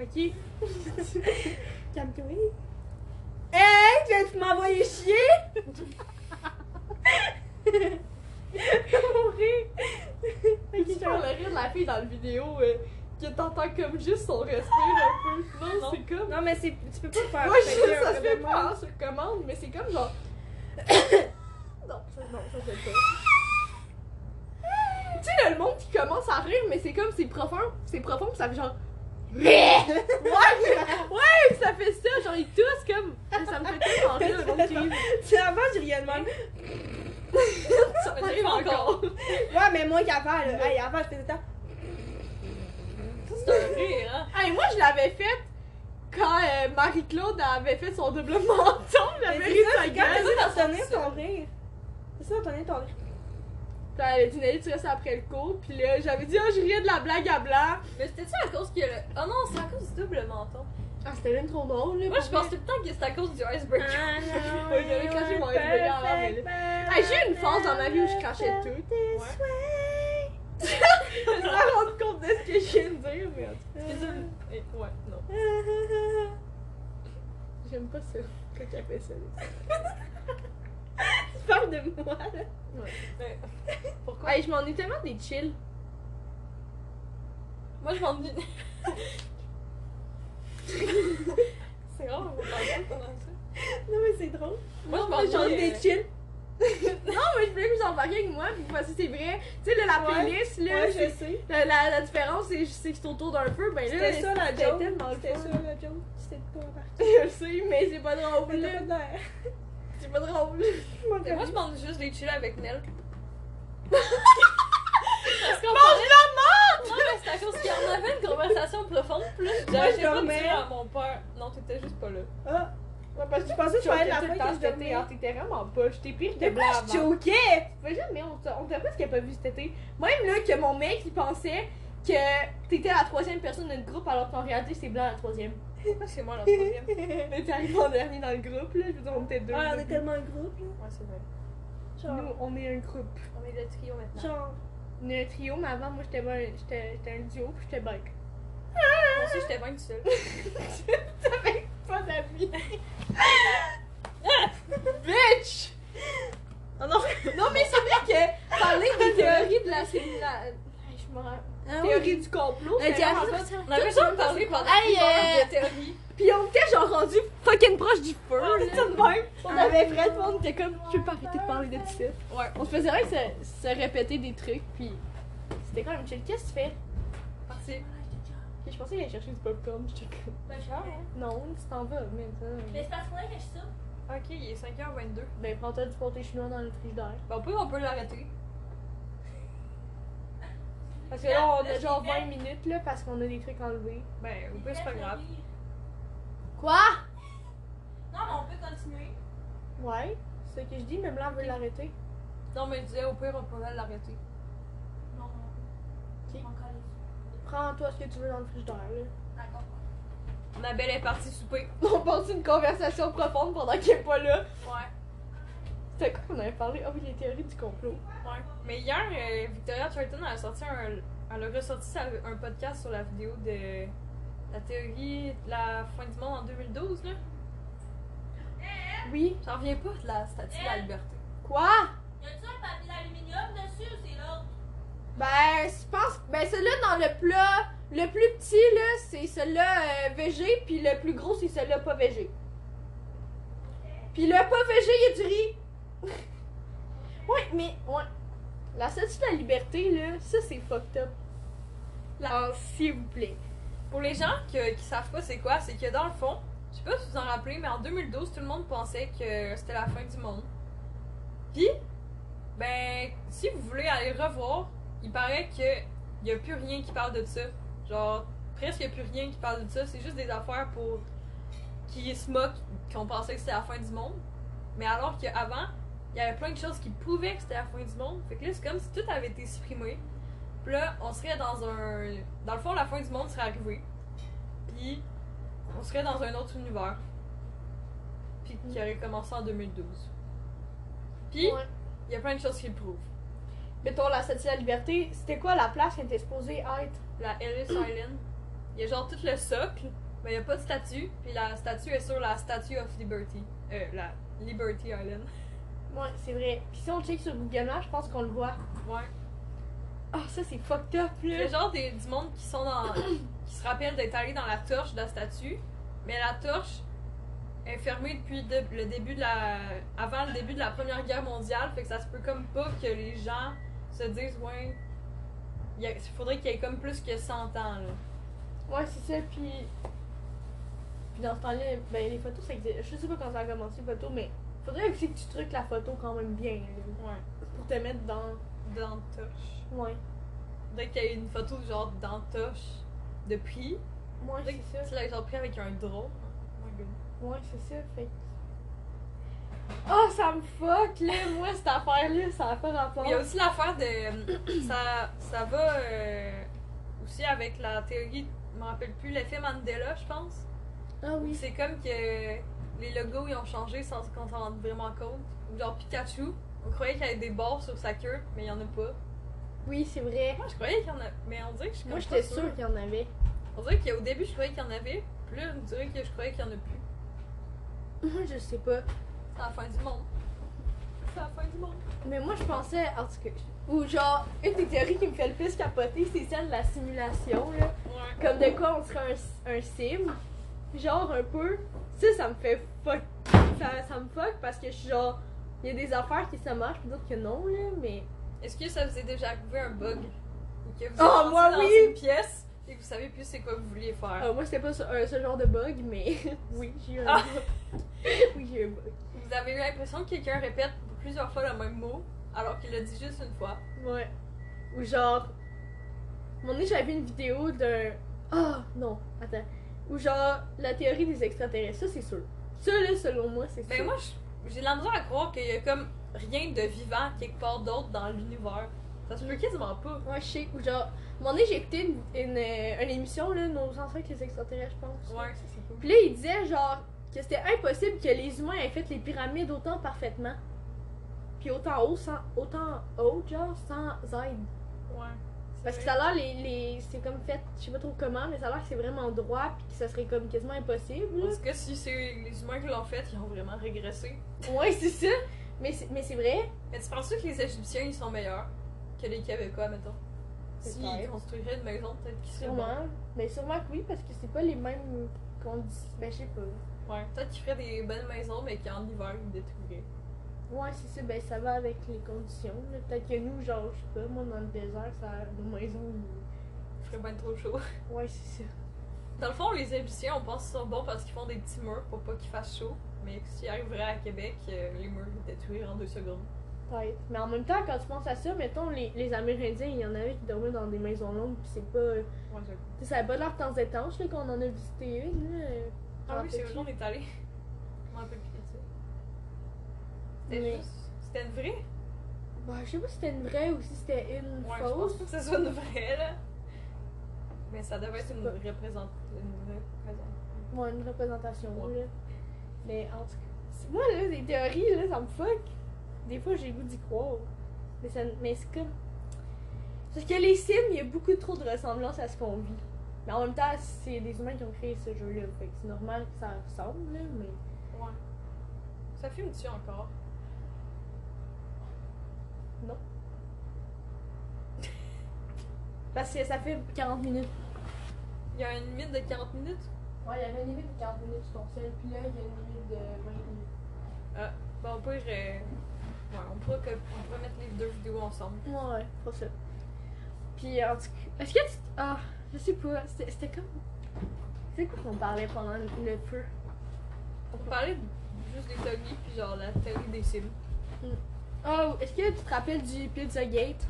Ok.
Calme-toi. Hey, tu vas-tu m'envoyer chier?
Mourir. Ok, genre le rire de la fille dans la vidéo, euh, que t'entends comme juste son respire un peu. Non,
Non.
c'est comme.
Non, mais c'est, tu peux pas le faire.
Moi, je
Fait
sais,
que,
ça se fait
vraiment,
pas hein, sur commande, mais c'est comme genre. non, ça, non, ça se fait pas. tu sais, le monde qui commence à rire, mais c'est comme, c'est profond, c'est profond, pis ça fait genre. ouais, ouais, pis ça fait ça, genre ils toussent comme. Ça me fait tellement rire le monde qui rit.
C'est avant, je riais de même.
Ça me drive encore.
Ouais, mais moi, qu'avant, là. Hey, avant, je faisais tant.
C'est un rire, hein.
Hey, moi je l'avais faite quand euh, Marie-Claude avait fait son double menton,
Mais
j'avais
c'est
ri de
ça,
sa
c'est quand
gueule.
t'essaies
ça, ça
d'obtenir
sort
ton rire. C'est ça, d'obtenir ton rire.
Puis elle avait dit, Nelly, tu restes après le cours, pis là j'avais dit, ah, je riais de la blague à blanc.
Mais c'était-tu à cause que le. Oh non, c'est à cause du double menton.
Ah, c'était même trop drôle, là.
Moi, je
pour
pense tout le temps que c'est à cause du iceberg.
non,
Ah, Ouais, j'avais craché mon iceberg avant, mais
Ah,
Hey, j'ai eu une phase dans ma vie où je crachais tout. Je me suis pas rendu compte de ce que je viens de dire, mais en tout
C'est une- Eh, Ouais, non.
cas, j'aime pas ça. Quand tu fait ça. là.
Tu parles de moi, là.
Mais pourquoi?
Hey, je m'en ai tellement des chill.
Moi, je m'ennuie. c'est grave, on va parler pendant ça.
Non, mais c'est drôle.
hein, Moi, je
J'en ai
m'ennuie.
des chill. non, mais je voulais que vous embarquiez avec moi, puis parce que c'est vrai. Tu sais, là, la
Ouais.
playlist, là,
Ouais, je
c'est-
sais.
la, la- la différence, c'est c'est que c'est autour d'un feu. Ben là,
C'était ça, la
c'était
joke.
tellement le
C'était
fun.
ça, la joke. C'était pas embarqué.
Je le sais, mais c'est pas drôle.
C'était
là.
pas d'air.
C'est pas drôle.
Mais moi, je m'ennuie juste des chiller avec Nel. Parce qu'on
Mange
parlait-
la
Non,
mort!
mais c'est à cause qu'il y en avait une conversation profonde, puis là, je disais,
Moi,
je sais pas
dormais.
dire à mon père. Non, t'étais juste pas là.
Ah. parce que je pensais que je parlais de la
tout le
fin
temps
que je
cet été,
dormais.
hein, t'étais vraiment pas. Je t'ai pris le
Mais
blanc
moi,
avant.
je choquais!
Mais jamais, on t'a- on t'a presque pas vu cet été. Même là, que mon mec, il pensait que t'étais la troisième personne de notre groupe, alors qu'en réalité, c'est blanc la troisième.
C'est moi la troisième. Ouais,
Mais t'es arrivé en dernier dans le groupe, là. Je veux dire, on était deux. au
Ah, on est
début.
tellement un groupe, là.
c'est vrai.
Nous,
Genre.
on est un groupe.
On est le trio maintenant.
Genre.
On est un trio, mais avant, moi, j'étais ben- j'étais j'étais un duo, puis j'étais bike.
Ah!
Moi aussi, j'étais bien toute seule.
T'avais pas d'amis. Bitch!
Oh non!
Non, mais c'est vrai que parler des théories de la sémina- Hey, je me rappelle.
Ah,
Théorie du complot.
La
c'est vraiment
diarrhée.
ça.
On avait besoin de parler pendant une
Hey, euh,
heure de théorie.
Puis on était genre rendu fucking proche du feu.
On était de
même. Oh, Hein? On
Ah,
avait
non.
vraiment, on était comme, je peux pas arrêter de parler de tout ça.
Ouais.
On se faisait rien que se, se répéter des trucs, puis c'était quand même chill. Qu'est-ce que tu fais?
Parti.
Puis je pensais qu'il allait chercher du popcorn, j'étais comme,
Ben, je sais pas, hein.
non, tu t'en vas, mais ça. euh,
Mais c'est parce que moi que je soupe.
Ok, il est 5h22.
Ben, prends-toi du pâté chinois dans le frigidaire.
Bon, peut Ben, on peut l'arrêter.
Parce
Ah,
que là, on a genre 20 minutes, là, parce qu'on a des trucs enlevés.
Ben, au pire, c'est pas grave.
Quoi?
Non, mais on peut continuer.
Ouais, c'est ce que je dis, mais là, on veut l'arrêter.
Non, mais je disais, au pire, on pourrait l'arrêter.
Non,
Ok.
on encore
Prends-toi ce que tu veux dans le frigidaire, là.
D'accord.
Ma belle est partie souper.
On pense une conversation profonde pendant qu'il est pas là.
Ouais.
C'était quoi qu'on avait parlé? Ah oui, les théories du complot.
Ouais. Mais hier, euh, Victoria Charlton elle a sorti un. Elle a ressorti sa- un podcast sur la vidéo de la théorie de la fin du monde en 2012, là.
Oui.
J'en reviens pas de la statue de la liberté.
Quoi?
Y a-tu un papier d'aluminium dessus ou c'est l'autre?
Ben, je pense. Ben, celui-là dans le plat, le plus petit, là, c'est celui-là euh, végé, puis le plus gros, c'est celui-là pas végé. Puis le pas végé, il y a du riz. ouais, mais. Ouais. La statue de la liberté, là, ça, c'est fucked up.
Ah, s'il vous plaît.
Pour les gens que- qui savent pas c'est quoi, c'est que dans le fond, je sais pas si vous en rappelez, mais en 2012, tout le monde pensait que c'était la fin du monde. Puis, ben, si vous voulez aller revoir, il paraît que y a plus rien qui parle de ça. Genre, presque plus rien qui parle de ça. C'est juste des affaires pour. qui se moquent, qu'on pensait que c'était la fin du monde. Mais alors qu'avant, il y avait plein de choses qui prouvaient que c'était la fin du monde. Fait que là, c'est comme si tout avait été supprimé. Puis là, on serait dans un. Dans le fond, la fin du monde serait arrivée. Puis, on serait dans un autre univers. Puis, qui aurait commencé en 2012. Puis, il
Ouais.
y a plein de choses qui le prouvent.
Mettons, la statue de la liberté, c'était quoi la place qui était supposée être?
la Ellis Island. Il y a genre tout le socle, mais il n'y a pas de statue. Puis la statue est sur la Statue of Liberty. Euh, la Liberty Island.
Ouais, c'est vrai. Puis si on check sur Google Maps, je pense qu'on le voit.
Ouais.
Ah, ça, c'est fucked up,
Il y a
là.
genre des, du monde qui sont dans. qui se rappellent d'être allés dans la torche de la statue. Mais la torche est fermée depuis de- le début de la. avant le début de la Première Guerre mondiale. Fait que ça se peut comme pas que les gens se disent, ouais. Il y a- faudrait qu'il y ait comme plus que 100 ans, là.
Ouais, c'est ça, puis... Puis dans ce temps-là, ben, les photos, ça existe. Je sais pas quand ça a commencé, les photos, mais... Faudrait aussi que tu truques la photo quand même bien, là,
Ouais.
Pour te mettre dans...
Dans la torche.
Ouais.
Faudrait qu'il y ait une photo genre dans la torche depuis.
Ouais,
Faudrait
c'est ça.
que tu l'aies genre pris avec un drone. Oh my God.
Ouais, c'est ça, fait... que- Ah, ça me fuck, là, moi, cette affaire-là, ça a pas rapport.
Il y a aussi l'affaire de. euh, ça, ça va euh, aussi avec la théorie, je me rappelle plus, l'effet Mandela, je pense.
Ah oui.
C'est comme que les logos ils ont changé sans qu'on s'en rende vraiment compte. Ou genre Pikachu, on croyait qu'il y avait des bords sur sa queue, mais il y en a pas.
Oui, c'est vrai.
Moi je croyais qu'il y en a, mais on dirait que je suis comme
Moi,
pas
j'étais sûre qu'il y en avait.
On dirait qu'au début je croyais qu'il y en avait, puis là on dirait que je croyais qu'il y en a plus.
Moi, je sais pas.
C'est la fin du monde. C'est la fin du monde.
Mais moi, je pensais, en tout cas, ou genre, une des théories qui me fait le plus capoter, c'est celle de la simulation, là.
Ouais.
Comme de quoi on serait un, un sim. Genre, un peu. Ça, ça me fait fuck. Ça, ça me fuck parce que je suis genre, il y a des affaires qui ça marche, puis d'autres que non, là, mais.
Est-ce que ça vous est déjà arrivé un bug ou que vous êtes
Oh,
rentré
moi,
dans
oui!
une pièce et que vous savez plus c'est quoi que vous vouliez faire?
Ah, moi, c'était pas ce, un- ce genre de bug, mais. oui, j'ai eu un
Ah.
bug. oui, j'ai eu un bug.
Vous avez eu l'impression que quelqu'un répète plusieurs fois le même mot alors qu'il le dit juste une fois.
Ouais. Ou genre. Mon nez, j'avais vu une vidéo d'un. Ah non, attends. Ou genre, la théorie des extraterrestres, ça c'est sûr. Ça là, selon moi, c'est sûr.
Ben moi, je- j'ai de la misère à croire qu'il y a comme rien de vivant quelque part d'autre dans l'univers. Ça se peut quasiment pas.
Ouais, je sais. Ou genre, mon nez, j'ai écouté une, une, euh, une émission, là, Nos ancêtres, les extraterrestres, je pense.
Ouais, ça c'est cool.
Puis là, il disait genre que c'était impossible que les humains aient fait les pyramides autant parfaitement. Puis autant haut, sans, autant haut, genre, sans aide.
Ouais.
Parce que ça a l'air, les, les- c'est comme fait, je sais pas trop comment, mais ça a l'air que c'est vraiment droit, puis que ça serait comme quasiment impossible. là.
Parce que si c'est les humains qui l'ont fait, ils ont vraiment régressé.
Ouais, c'est ça. Mais c'est, mais c'est vrai.
Mais tu penses que les Égyptiens ils sont meilleurs que les Québécois, mettons? S'ils
Peut-être.
construiraient une maison, peut-être qu'ils seraient bons.
Sûrement. Mais sûrement que oui, parce que c'est pas les mêmes conditions. Ben, je sais pas.
Ouais. Peut-être qu'ils feraient des bonnes maisons, mais qu'en hiver, ils détruiraient.
Ouais, c'est ça. Ben, ça va avec les conditions. là. Peut-être que nous, genre, je sais pas, moi, dans le désert, ça, nos maisons. ils-
Il ferait bien trop chaud.
Ouais, c'est ça.
Dans le fond, les Égyptiens, on pense qu'ils sont bons parce qu'ils font des petits murs pour pas qu'ils fassent chaud. mais si arriverait à Québec, euh, les murs étaient tués en deux secondes.
Peut-être. Mais en même temps, quand tu penses à ça, mettons, les, les Amérindiens, il y en avait qui dormaient dans des maisons longues, pis c'est pas.
Ouais, j'avoue.
Tu sais, ça avait pas l'air tant étanche, là, qu'on en a visité une, là.
Ah oui, c'est
Rappelle-tu?
vrai, on est allé. Je m'en rappelle plus de ça. C'était
Mais-
juste. C'était une vraie?
Bah, je sais pas si c'était une vraie ou si c'était une
Ouais, je pense
fausse.
pas que ça soit une vraie, là. Mais ça devait être
C'est
une
pas-
représentante. Une représentante.
Ouais, une représentation,
Ouais.
là. Mais en tout cas, c'est- moi, là, les théories, là, ça me fuck. Des fois, j'ai le goût d'y croire. Mais, ça, mais c'est comme. Parce que les Sims, il y a beaucoup trop de ressemblances à ce qu'on vit. Mais en même temps, c'est des humains qui ont créé ce jeu-là. Fait que c'est normal que ça ressemble, là, mais.
Ouais. Ça filme-tu encore?
Parce que ça fait 40 minutes.
Il y a une limite de 40 minutes?
Ouais, il y avait une limite de 40 minutes sur ton sel, puis là, il y a une limite de 20 minutes.
Bon, au pire, euh, ouais, on pourra, que- on pourra mettre les deux vidéos ensemble.
Ouais, pas ça. Puis en tout cas.
Est-ce que tu. Ah, je sais pas. C'était c'était comme.
C'est quoi qu'on parlait pendant le feu?
On parlait juste des théories, puis genre la théorie des sims.
Oh, est-ce que tu te rappelles du Pizzagate?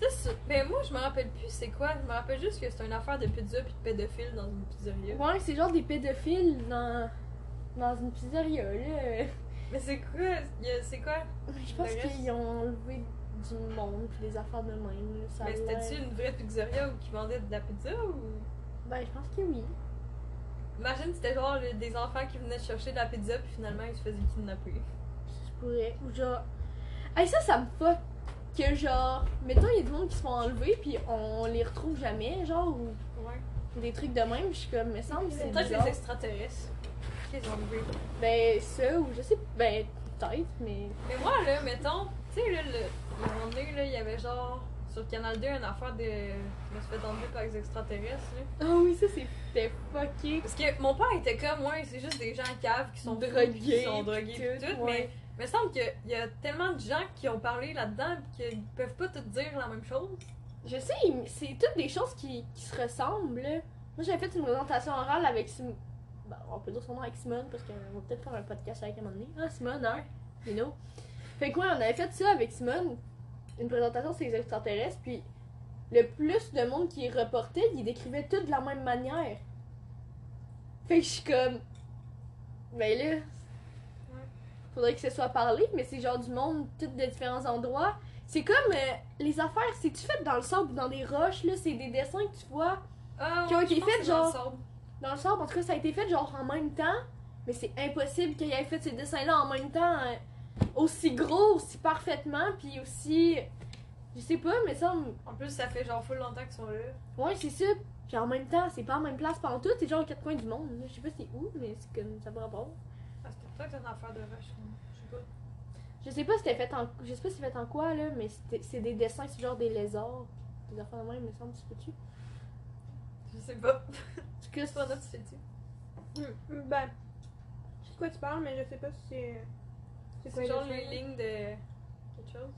C'est sûr. Mais moi, je me rappelle plus c'est quoi. Je me rappelle juste que c'est une affaire de pizza puis de pédophile dans une pizzeria.
Ouais, c'est genre des pédophiles dans, dans une pizzeria, là.
Mais c'est quoi Il y a- C'est quoi
Je pense
Le reste-
qu'ils ont enlevé du monde pis des affaires de même, là. Ça
Mais
a l'air-
c'était-tu une vraie pizzeria où qui vendait de la pizza ou
Ben, je pense que oui.
Imagine c'était genre le- des enfants qui venaient chercher de la pizza puis finalement ils se faisaient kidnapper.
Je pourrais. Ou genre. Hey, ça, ça me fuck que genre. Mettons, il y a du monde qui se font enlever pis on les retrouve jamais, genre, ou
Ouais.
des trucs de même. Je suis comme, me semble que c'est.
Peut-être
bizarre.
les extraterrestres. Les zombies.
Ben, ça, ou je sais. Ben, peut-être, mais.
Mais moi, là, mettons, tu sais, là, le, le moment donné, là, il y avait genre sur Canal 2 une affaire de. Je me suis fait enlever par les extraterrestres, là.
Ah oui, ça, c'est- c'était fucké.
Parce que mon père était comme, ouais, c'est juste des gens en cave qui sont fous,
Drogués,
puis Qui sont
puis
drogués, puis
tout,
tout.
ouais.
Mais il me semble qu'il y a tellement de gens qui ont parlé là-dedans puis qu'ils peuvent pas tout dire la même chose.
Je sais, mais c'est toutes des choses qui, qui se ressemblent. là. Moi, j'avais fait une présentation orale avec Simone. on peut dire son nom avec Simone parce qu'on va peut-être faire un podcast avec un moment donné. Ah, Simone, hein? You know? Fait quoi, on avait fait ça avec Simone. Une présentation sur les extraterrestres. Puis le plus de monde qui reportait, ils décrivaient tout de la même manière. Fait que je suis comme. Ben là. Faudrait que ce soit parlé, mais c'est genre du monde, tout de différents endroits. C'est comme euh, les affaires, c'est-tu fait dans le sable ou dans des roches, là? C'est des dessins que tu vois
Ah,
Qui ont
ouais,
été
je pense
faites,
que c'est dans le
genre-
sable.
dans le sable. En tout cas, ça a été fait genre en même temps, mais c'est impossible qu'ils aient fait ces dessins-là en même temps, hein, aussi gros, aussi parfaitement, puis aussi. Je sais pas, mais ça. me-
En plus, ça fait genre full longtemps qu'ils sont là.
Ouais, c'est ça. Puis en même temps, c'est pas en même place pendant tout, c'est genre aux quatre coins du monde. là. Je sais pas c'est où, mais c'est comme ça pourrait pas.
Ah, c'était peut-être une affaire de rush. Je sais pas.
Je sais pas c'était fait en. Je sais pas c'est fait en quoi, là, mais c'était- c'est des dessins, c'est genre des lézards, des affaires de même, il me semble, tu peux-tu?
Je sais pas.
En tout cas, c'est
Toi, là, tu sais-tu?
Ben, je sais de quoi tu parles, mais je sais pas si c'est.
C'est genre
le
les
lien.
lignes de. quelque chose.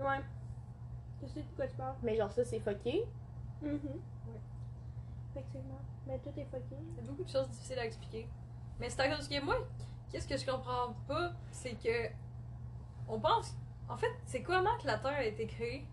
Ouais. Je sais de quoi tu parles.
Mais genre ça, c'est fucké.
Mhm.
Ouais.
Effectivement. Mais tout est fucké.
Il y a beaucoup de choses difficiles à expliquer. Mais c'est à cause que moi, qu'est-ce que je comprends pas, c'est que. On pense. En fait, c'est comment que la Terre a été créée?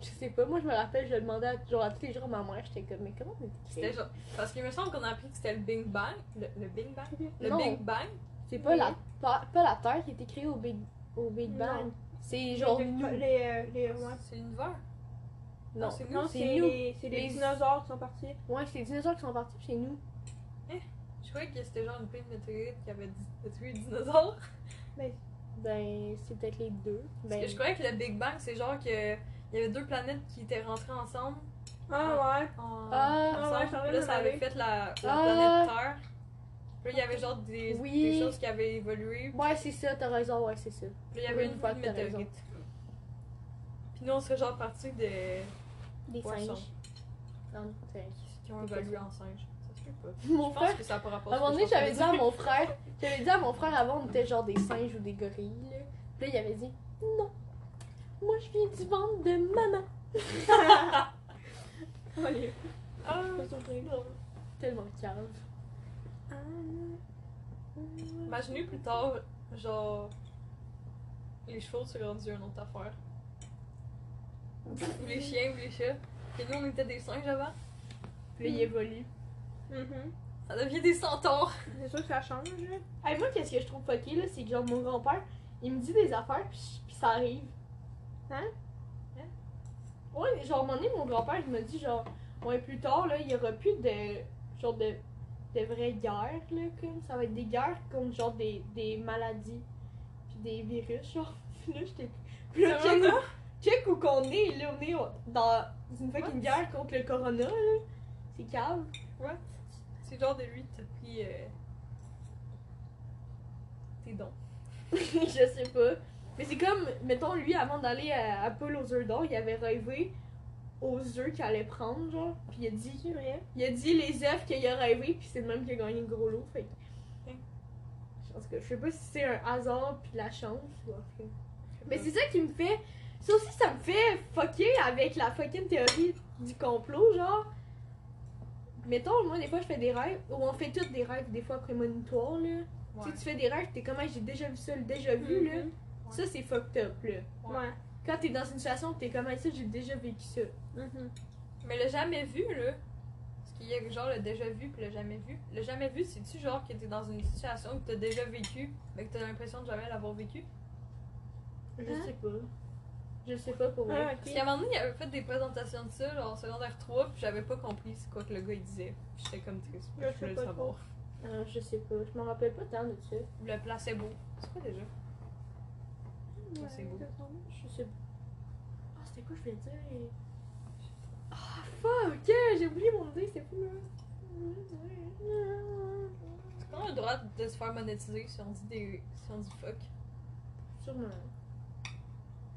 Je sais pas, moi je me rappelle, je demandais à, genre, à tous les jours à ma mère, j'étais comme, mais comment on est
C'était genre. Parce qu'il me semble qu'on a appris que c'était le Big Bang. Le, le Big Bang? Le
Non.
Big Bang?
C'est pas, la, pas, pas la Terre qui a été créée au Big, au Big
Non.
Bang. C'est
Les
genre
deux-
Oh, nous.
Les, euh, les, ouais.
C'est l'univers.
Non,
c'est
Non,
nous.
c'est
c'est nous.
les, c'est les,
Les-
dinosaures qui sont partis.
Ouais, c'est les dinosaures qui sont partis, puis c'est nous.
Je croyais que c'était genre une pluie de météorites qui avait di- tué les dinosaures.
Ben, c'est peut-être les deux.
Parce
Ben,
que je croyais que le Big Bang, c'est genre que. Il y avait deux planètes qui étaient rentrées ensemble.
Ah ouais.
en-
Ah,
ensemble.
ouais, j'en ai
Puis là, ça avait
parlé.
fait la, la
Ah.
planète Terre. Puis là, il y avait genre des,
Oui.
des choses qui avaient évolué.
ouais, c'est ça, t'as raison, ouais, c'est ça.
Puis là, il y avait
Oui,
une
t'as
boule de
raison.
météorite. Puis nous, on serait genre parti de.
Des
Poissons.
singes. Non, c'est vrai.
qui ont
Des
évolué en singe. Ça se peut pas.
Mon
Je pense
frère,
que ça n'a pas rapport
à un moment
ce que
donné,
je suis en train
j'avais
de
dit à mon frère, j'avais dit à mon frère avant, on était genre des singes ou des gorilles, là. Puis là, il avait dit, non, moi je viens du ventre de maman.
Allez.
Ah,
Pas surpris.
Tellement calme.
Imaginez Ah! plus tard, genre, les chevaux sont rendus une autre affaire. Ou les chiens, ou les chats. Et nous, on était des singes avant.
Puis
Mm.
il évolue.
Mhm.
Ça devient des centaures.
C'est sûr que ça change, là.
Hey, moi, qu'est-ce que je trouve fucké, là, c'est que genre mon grand-père, il me dit des affaires, puis puis ça arrive.
Hein?
Hein? Ouais, genre, à un moment donné, mon grand-père, il me dit, genre, ouais, plus tard, là, il y aura plus de. genre, de. de vraies guerres, là, comme. Ça va être des guerres contre, genre, des, des maladies, puis des virus, genre. Puis là, j'étais. Puis là,
C'est
check,
vrai,
où- check où qu'on est, là, on est au- dans une fucking guerre contre le corona, là. C'est calme.
C'est genre de lui, t'as pris euh, tes dons.
je sais pas. Mais c'est comme, mettons, lui, avant d'aller à, à Paul aux œufs d'or, il avait rêvé aux œufs qu'il allait prendre, genre. Puis il a dit, il a dit les œufs qu'il a rêvé, puis c'est le même qui a gagné le gros lot. Fait que-
Ok.
En tout cas, je sais pas si c'est un hasard, puis de la chance, ou en tout cas. Mais c'est ça qui me fait. Ça aussi, ça me fait fucker avec la fucking théorie du complot, genre. Mettons, moi, des fois, je fais des rêves, ou on fait toutes des rêves, des fois prémonitoires, là. Tu
Ouais.
sais, tu fais des rêves, t'es comme, Hey, j'ai déjà vu ça, j'ai déjà vu,
Mm-hmm.
là. Ça, c'est fucked up, là.
Ouais.
Quand t'es dans une situation, où t'es comme, Hey, ça, j'ai déjà vécu ça.
Mais le jamais vu, là. Parce qu'il y a genre le déjà vu puis le jamais vu. Le jamais vu, c'est-tu genre que t'es dans une situation que t'as déjà vécu, mais que t'as l'impression de jamais l'avoir vécu?
Je sais pas. Je sais pas pour
Ah,
vrai.
Parce qu'à un moment donné, il avait fait des présentations de ça, genre en secondaire 3, puis j'avais pas compris c'est quoi que le gars il disait. Puis J'étais comme triste, puis
Je
je
sais
voulais le
pas
savoir.
Ah, je sais pas. Je m'en rappelle pas tant de ça.
Ou Le placebo. C'est quoi déjà?
Ouais,
c'est beau.
Je sais pas. Ah, c'était quoi, je voulais dire? Ah, fuck! J'ai oublié mon idée, c'était pas là.
Est-ce qu'on a le droit de se faire monétiser si on dit des. si on dit fuck?
Sûrement.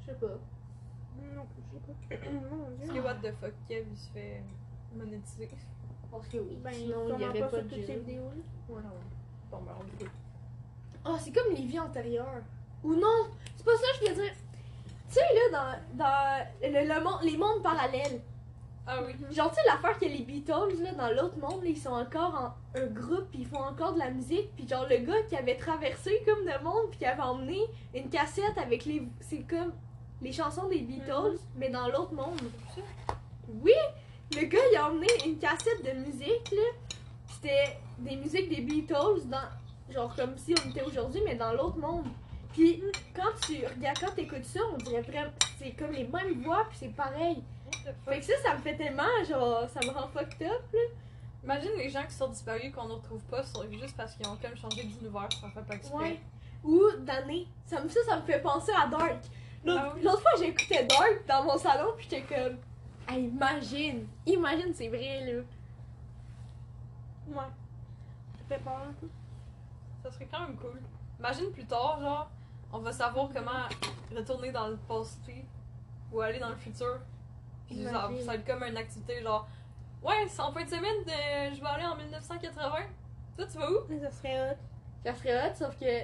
Je sais pas.
Non, je sais pas. Mon
Parce
dieu.
que what the fuck, Kev, il se fait monétiser.
Parce que oui.
Ben,
Sinon, il y
comment
avait
pas
pas
sur
de
toutes ces
jeu.
vidéos, là?
Ouais, non. Bon, ben, on le fait.
Ah, c'est comme les vies antérieures. Ou non, c'est pas ça que je veux dire. Tu sais, là, dans, dans le, le monde, les mondes parallèles.
Ah oui.
Genre, tu sais, l'affaire que les Beatles, là, dans l'autre monde, là, ils sont encore en un groupe, puis ils font encore de la musique. Puis genre, le gars qui avait traversé comme le monde, puis qui avait emmené une cassette avec les... C'est comme les chansons des Beatles, mais dans l'autre monde. Oui! Le gars, il a emmené une cassette de musique, là. C'était des musiques des Beatles, dans, genre comme si on était aujourd'hui, mais dans l'autre monde. Puis quand tu regardes, quand t'écoutes ça, on dirait vraiment... C'est comme les mêmes voix, puis c'est pareil.
What the fuck?
Fait que ça, ça me fait tellement, genre, ça me rend fucked up, là.
Imagine les gens qui sont disparus qu'on ne retrouve pas sont juste parce qu'ils ont comme changé d'univers, ça fait pas exprès.
Ouais. Ou d'année. Ça, me- ça, ça me fait penser à Dark. L'autre
Ah oui.
l'autre fois, j'écoutais Dark dans mon salon, puis j'étais comme. Hey, imagine! Imagine, c'est vrai, là.
Ouais. Ça fait peur un peu.
Ça serait quand même cool. Imagine plus tard, genre, on va savoir comment retourner dans le passé ou aller dans le futur. Puis genre,
Imagine.
ça va être comme une activité genre, ouais, c'est en fin de semaine, de- je vais aller en 1980. Toi, tu vas où?
Mais Ça serait hot.
Ça serait hot, sauf que.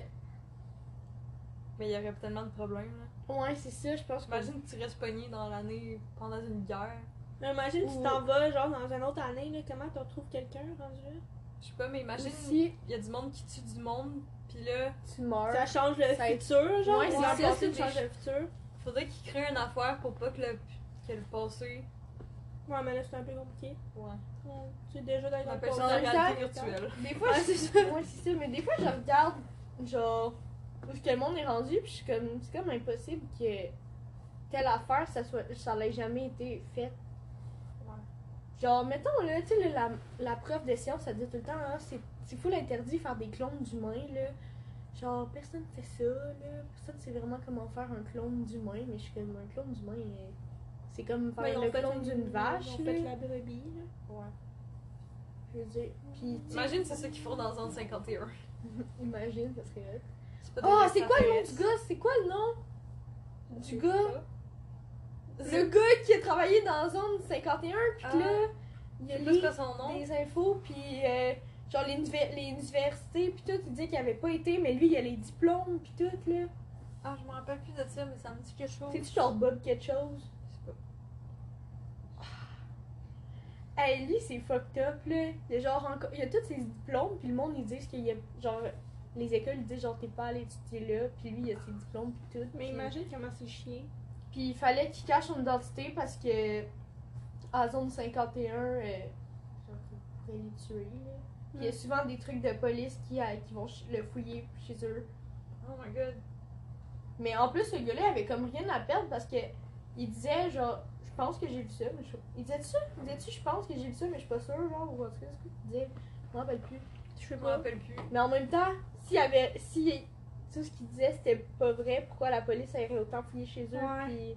Mais il y aurait tellement de problèmes. Là.
Ouais, c'est ça, je pense. que-
Imagine que tu restes pogné dans l'année pendant une guerre.
Mais imagine,
Ou-
tu t'en vas, genre, dans une autre année, là, comment tu retrouves quelqu'un, rendu là?
Je sais pas, mais imagine, il
Aussi,
y a du monde qui tue du monde, puis là.
tu meurs.
Ça change le
Ça-
futur, genre?
Ouais,
ou
c'est
dans le
ça,
passé,
c'est
tu changes
des-
le futur?
Faudrait qu'ils créent une affaire pour pas que le, que le passé.
Ouais, mais là, c'est un peu compliqué.
Ouais.
Ouais. Tu es déjà dans
On
le
appelle
passé.
ça la
Dans le
réalité
temps.
virtuelle.
Des fois,
Ouais,
je-
Ah, c'est ça.
Ouais, c'est ça, mais des fois, je regarde, genre, où est-ce que le monde est rendu, puis je suis comme. C'est comme impossible que telle affaire, ça soit ça l'ait jamais été faite. Genre, mettons, là, tu sais, là, la, la prof de sciences, ça dit tout le temps, hein, c'est c'est fou l'interdit de faire des clones d'humains, là. Genre, personne fait ça, là. Personne sait vraiment comment faire un clone d'humain, mais je suis comme, un clone d'humain, euh, c'est comme
Ouais,
faire
ils ont
le
fait
clone d'une vache,
Ils ont fait
là.
la brebis, là.
Ouais. Je veux dire, pis, tu sais,
Imagine c'est ça qu'ils font dans Zone 51.
imagine, ça serait
C'est pas des
Oh, c'est quoi le nom
extraterrestres.
du gars? C'est quoi le nom du gars?
C'est
Le gars qui a travaillé dans Zone 51, pis
Ah.
là, il a
je sais
lu
pas c'est quoi son nom.
des infos, puis euh, genre les, univer- les universités, puis tout, il dit qu'il avait pas été, mais lui, il a les diplômes, puis tout, là.
Ah, je me rappelle plus de ça, mais ça me dit quelque chose.
C'est-tu genre Bob quelque chose?
Je sais pas.
Hey, lui, c'est fucked up, là. Il a genre, encore- il a tous ses diplômes, puis le monde, ils disent qu'il a, genre, les écoles disent genre t'es pas allé étudier là, puis lui il a ses diplômes pis tout.
Mais
puis-
imagine comment c'est chiant.
Puis il fallait qu'il cache son identité parce que à zone 51, euh, genre ils pourraient les tuer. là. Puis il y a souvent des trucs de police qui, euh, qui vont ch- le fouiller chez eux.
Oh my god.
Mais en plus, ce gars-là il avait comme rien à perdre parce que il disait genre, je pense que j'ai vu ça, mais je Il disait ça? Il disait tu je pense que j'ai vu ça, mais je suis pas sûre, genre, ou en tout cas, ce que tu disais. Je m'en rappelle plus. Je sais
Je me rappelle plus.
Mais en même temps, s'il y avait. Si tout ce qu'il disait c'était pas vrai, pourquoi la police irait autant fouiller chez eux?
Ouais.
puis-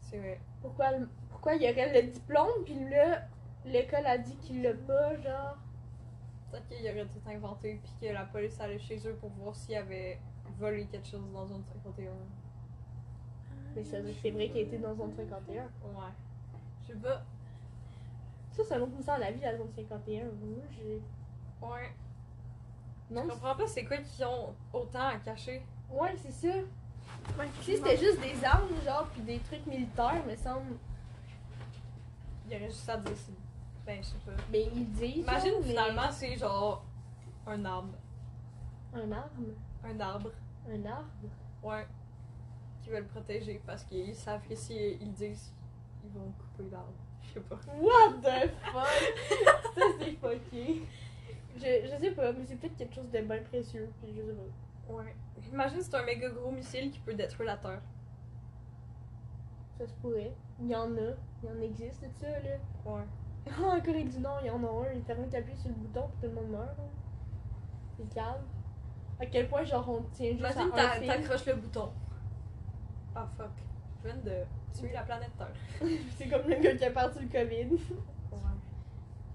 C'est vrai.
pourquoi, le- pourquoi il y aurait le diplôme, puis là, l'école a dit qu'il l'a pas, genre.
Peut-être qu'il aurait tout inventé puis que la police allait chez eux pour voir s'il avait volé quelque chose dans une 51.
Mais ça, c'est vrai qu'il était dans zone 51.
Ouais. Je sais pas.
Ça, c'est un autre mystère de la vie, la zone 51. Moi, j'ai.
Ouais.
Non,
Je comprends pas c'est quoi qu'ils ont autant à cacher.
c'est- ouais, c'est ça. Si c'était juste des armes, genre, puis des trucs militaires, me semble.
Il y aurait juste à dire c'est- Ben, je sais pas.
Mais ils disent. genre,
Imagine
mais-
finalement c'est genre un arbre.
Un arme.
Un arbre.
Un arbre.
Ouais. Qui veulent protéger parce qu'ils savent que s'ils ils disent, ils vont couper l'arbre. Je sais pas.
What the fuck? ça, c'est fucké. Je, je sais pas, mais c'est peut-être quelque chose de bien précieux, puis je sais pas.
Ouais. Imagine c'est un méga gros missile qui peut détruire la Terre.
Ça se pourrait. Il y en a. Il y en existe de ça, là.
Ouais.
En Corée du Nord, il y en a un. Il permet d'appuyer sur le bouton puis tout le monde meurt. là. C'est calme. À quel point, genre, on tient juste
Imagine
à un
t'a-
fil.
t'accroches le bouton. Ah fuck. Je viens de tuer la planète Terre.
C'est comme le gars qui a perdu le COVID.
Ouais.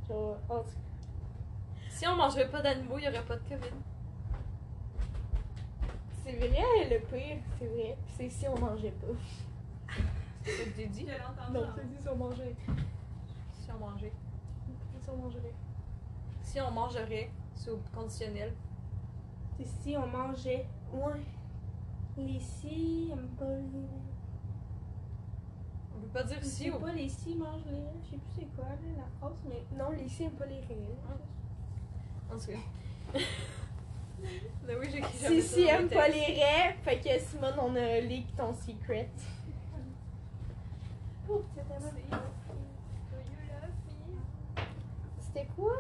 Genre, en tout cas.
Si on mangerait pas d'animaux, il y aurait pas de Covid.
C'est vrai, le pire, c'est vrai. C'est si on mangeait pas.
C'est ce que j'ai dit.
Je l'entends
Non,
pas.
c'est si on mangeait.
Si on mangeait.
Si on mangerait.
Si on mangerait, c'est au conditionnel.
C'est si on mangeait.
Ouais.
Les si aiment pas les.
On peut pas dire si
C'est
au.
pas les si mangent les. Je sais plus c'est quoi là, la phrase, mais.
Non, les si aiment pas les réels.
En tout cas. Ben oui, j'écris
Si,
jamais ça
si,
dans mes
aime pas
textes.
les raies, fait que Simone, on a leak ton secret.
Ouf, c'est tellement
C'était quoi?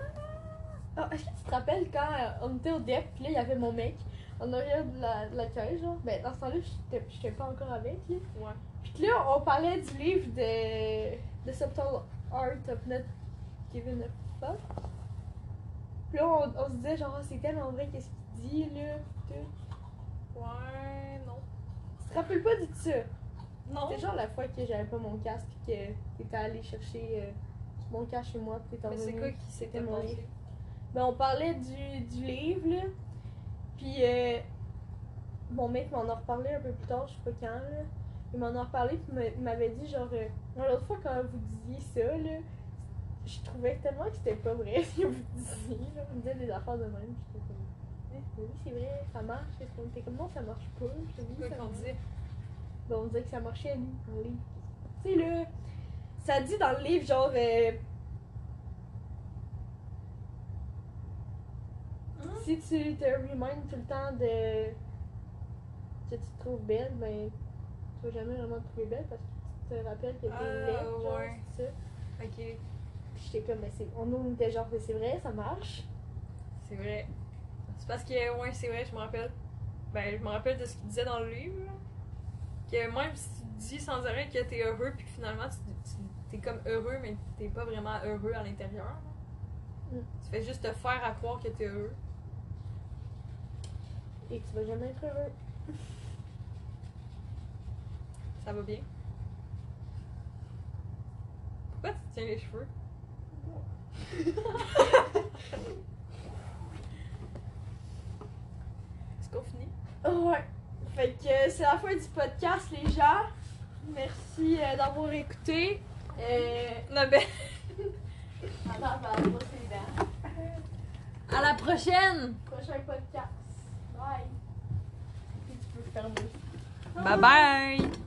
Ah, Est-ce que tu te rappelles quand euh, on était au DEP, puis là, il y avait mon mec en arrière de la, de la cage, genre? Ben, dans ce temps-là, j'étais- j'étais pas encore avec, là.
Ouais.
Puis que là, on parlait du livre de The Subtle Art of Not Giving a Fuck. Puis là, on, on se disait, genre, Ah, c'est tellement vrai, qu'est-ce qu'il dit, là? pis tout.
Ouais, non.
Tu te rappelles pas de ça?
Non.
C'était genre la fois que j'avais pas mon casque, puis que t'étais allé chercher euh, mon casque chez moi, puis t'es
Mais c'est
revenu.
quoi qui s'était
mon
passé?
livre. Ben, on parlait du, du livre, là. Puis, euh, mon mec m'en a reparlé un peu plus tard, je sais pas quand, là. Il m'en a reparlé, puis m'a- il m'avait dit, genre, euh, Ouais, l'autre fois, quand vous disiez ça, là, je trouvais tellement que c'était pas vrai ce que vous disiez. Là. Vous me disiez des affaires de même, puis j'étais comme, Eh, oui, c'est vrai, ça marche. Qu'est-ce qu'on était comme, non, ça marche pas. Puis j'étais, Oui,
C'est
ça
quoi qu'on
marche.
disait?
Ben, on disait que ça marchait, lui, dans le livre. Tu sais, là, ça dit dans le livre, genre, euh,
Hein?
si tu te reminds tout le temps de. que tu te trouves belle, ben, tu vas jamais vraiment te trouver belle parce que tu te rappelles que t'es
Ah,
belle, genre,
ouais.
c'est ça.
Ok,
Puis j'étais comme, ben, c'est. On on était genre, ben, c'est vrai, ça marche.
c'est vrai. C'est parce que, ouais, c'est vrai, je me rappelle. Ben, je me rappelle de ce qu'il disait dans le livre. là. Que même si tu dis sans arrêt que t'es heureux, puis que finalement, tu, tu- t'es comme heureux, mais t'es pas vraiment heureux à l'intérieur. là.
Mm.
Tu fais juste te faire à croire que t'es heureux.
Et tu vas jamais être heureux.
Ça va bien. Pourquoi tu tiens les cheveux? Est-ce qu'on finit?
Ah Ouais. Fait que euh, c'est la fin du podcast, les gens. Merci euh, d'avoir écouté. Euh,
Non, ben,
alors, ben, on va se laisser.
À la prochaine!
prochain podcast. Bye. Puis tu peux fermer.
bye bye!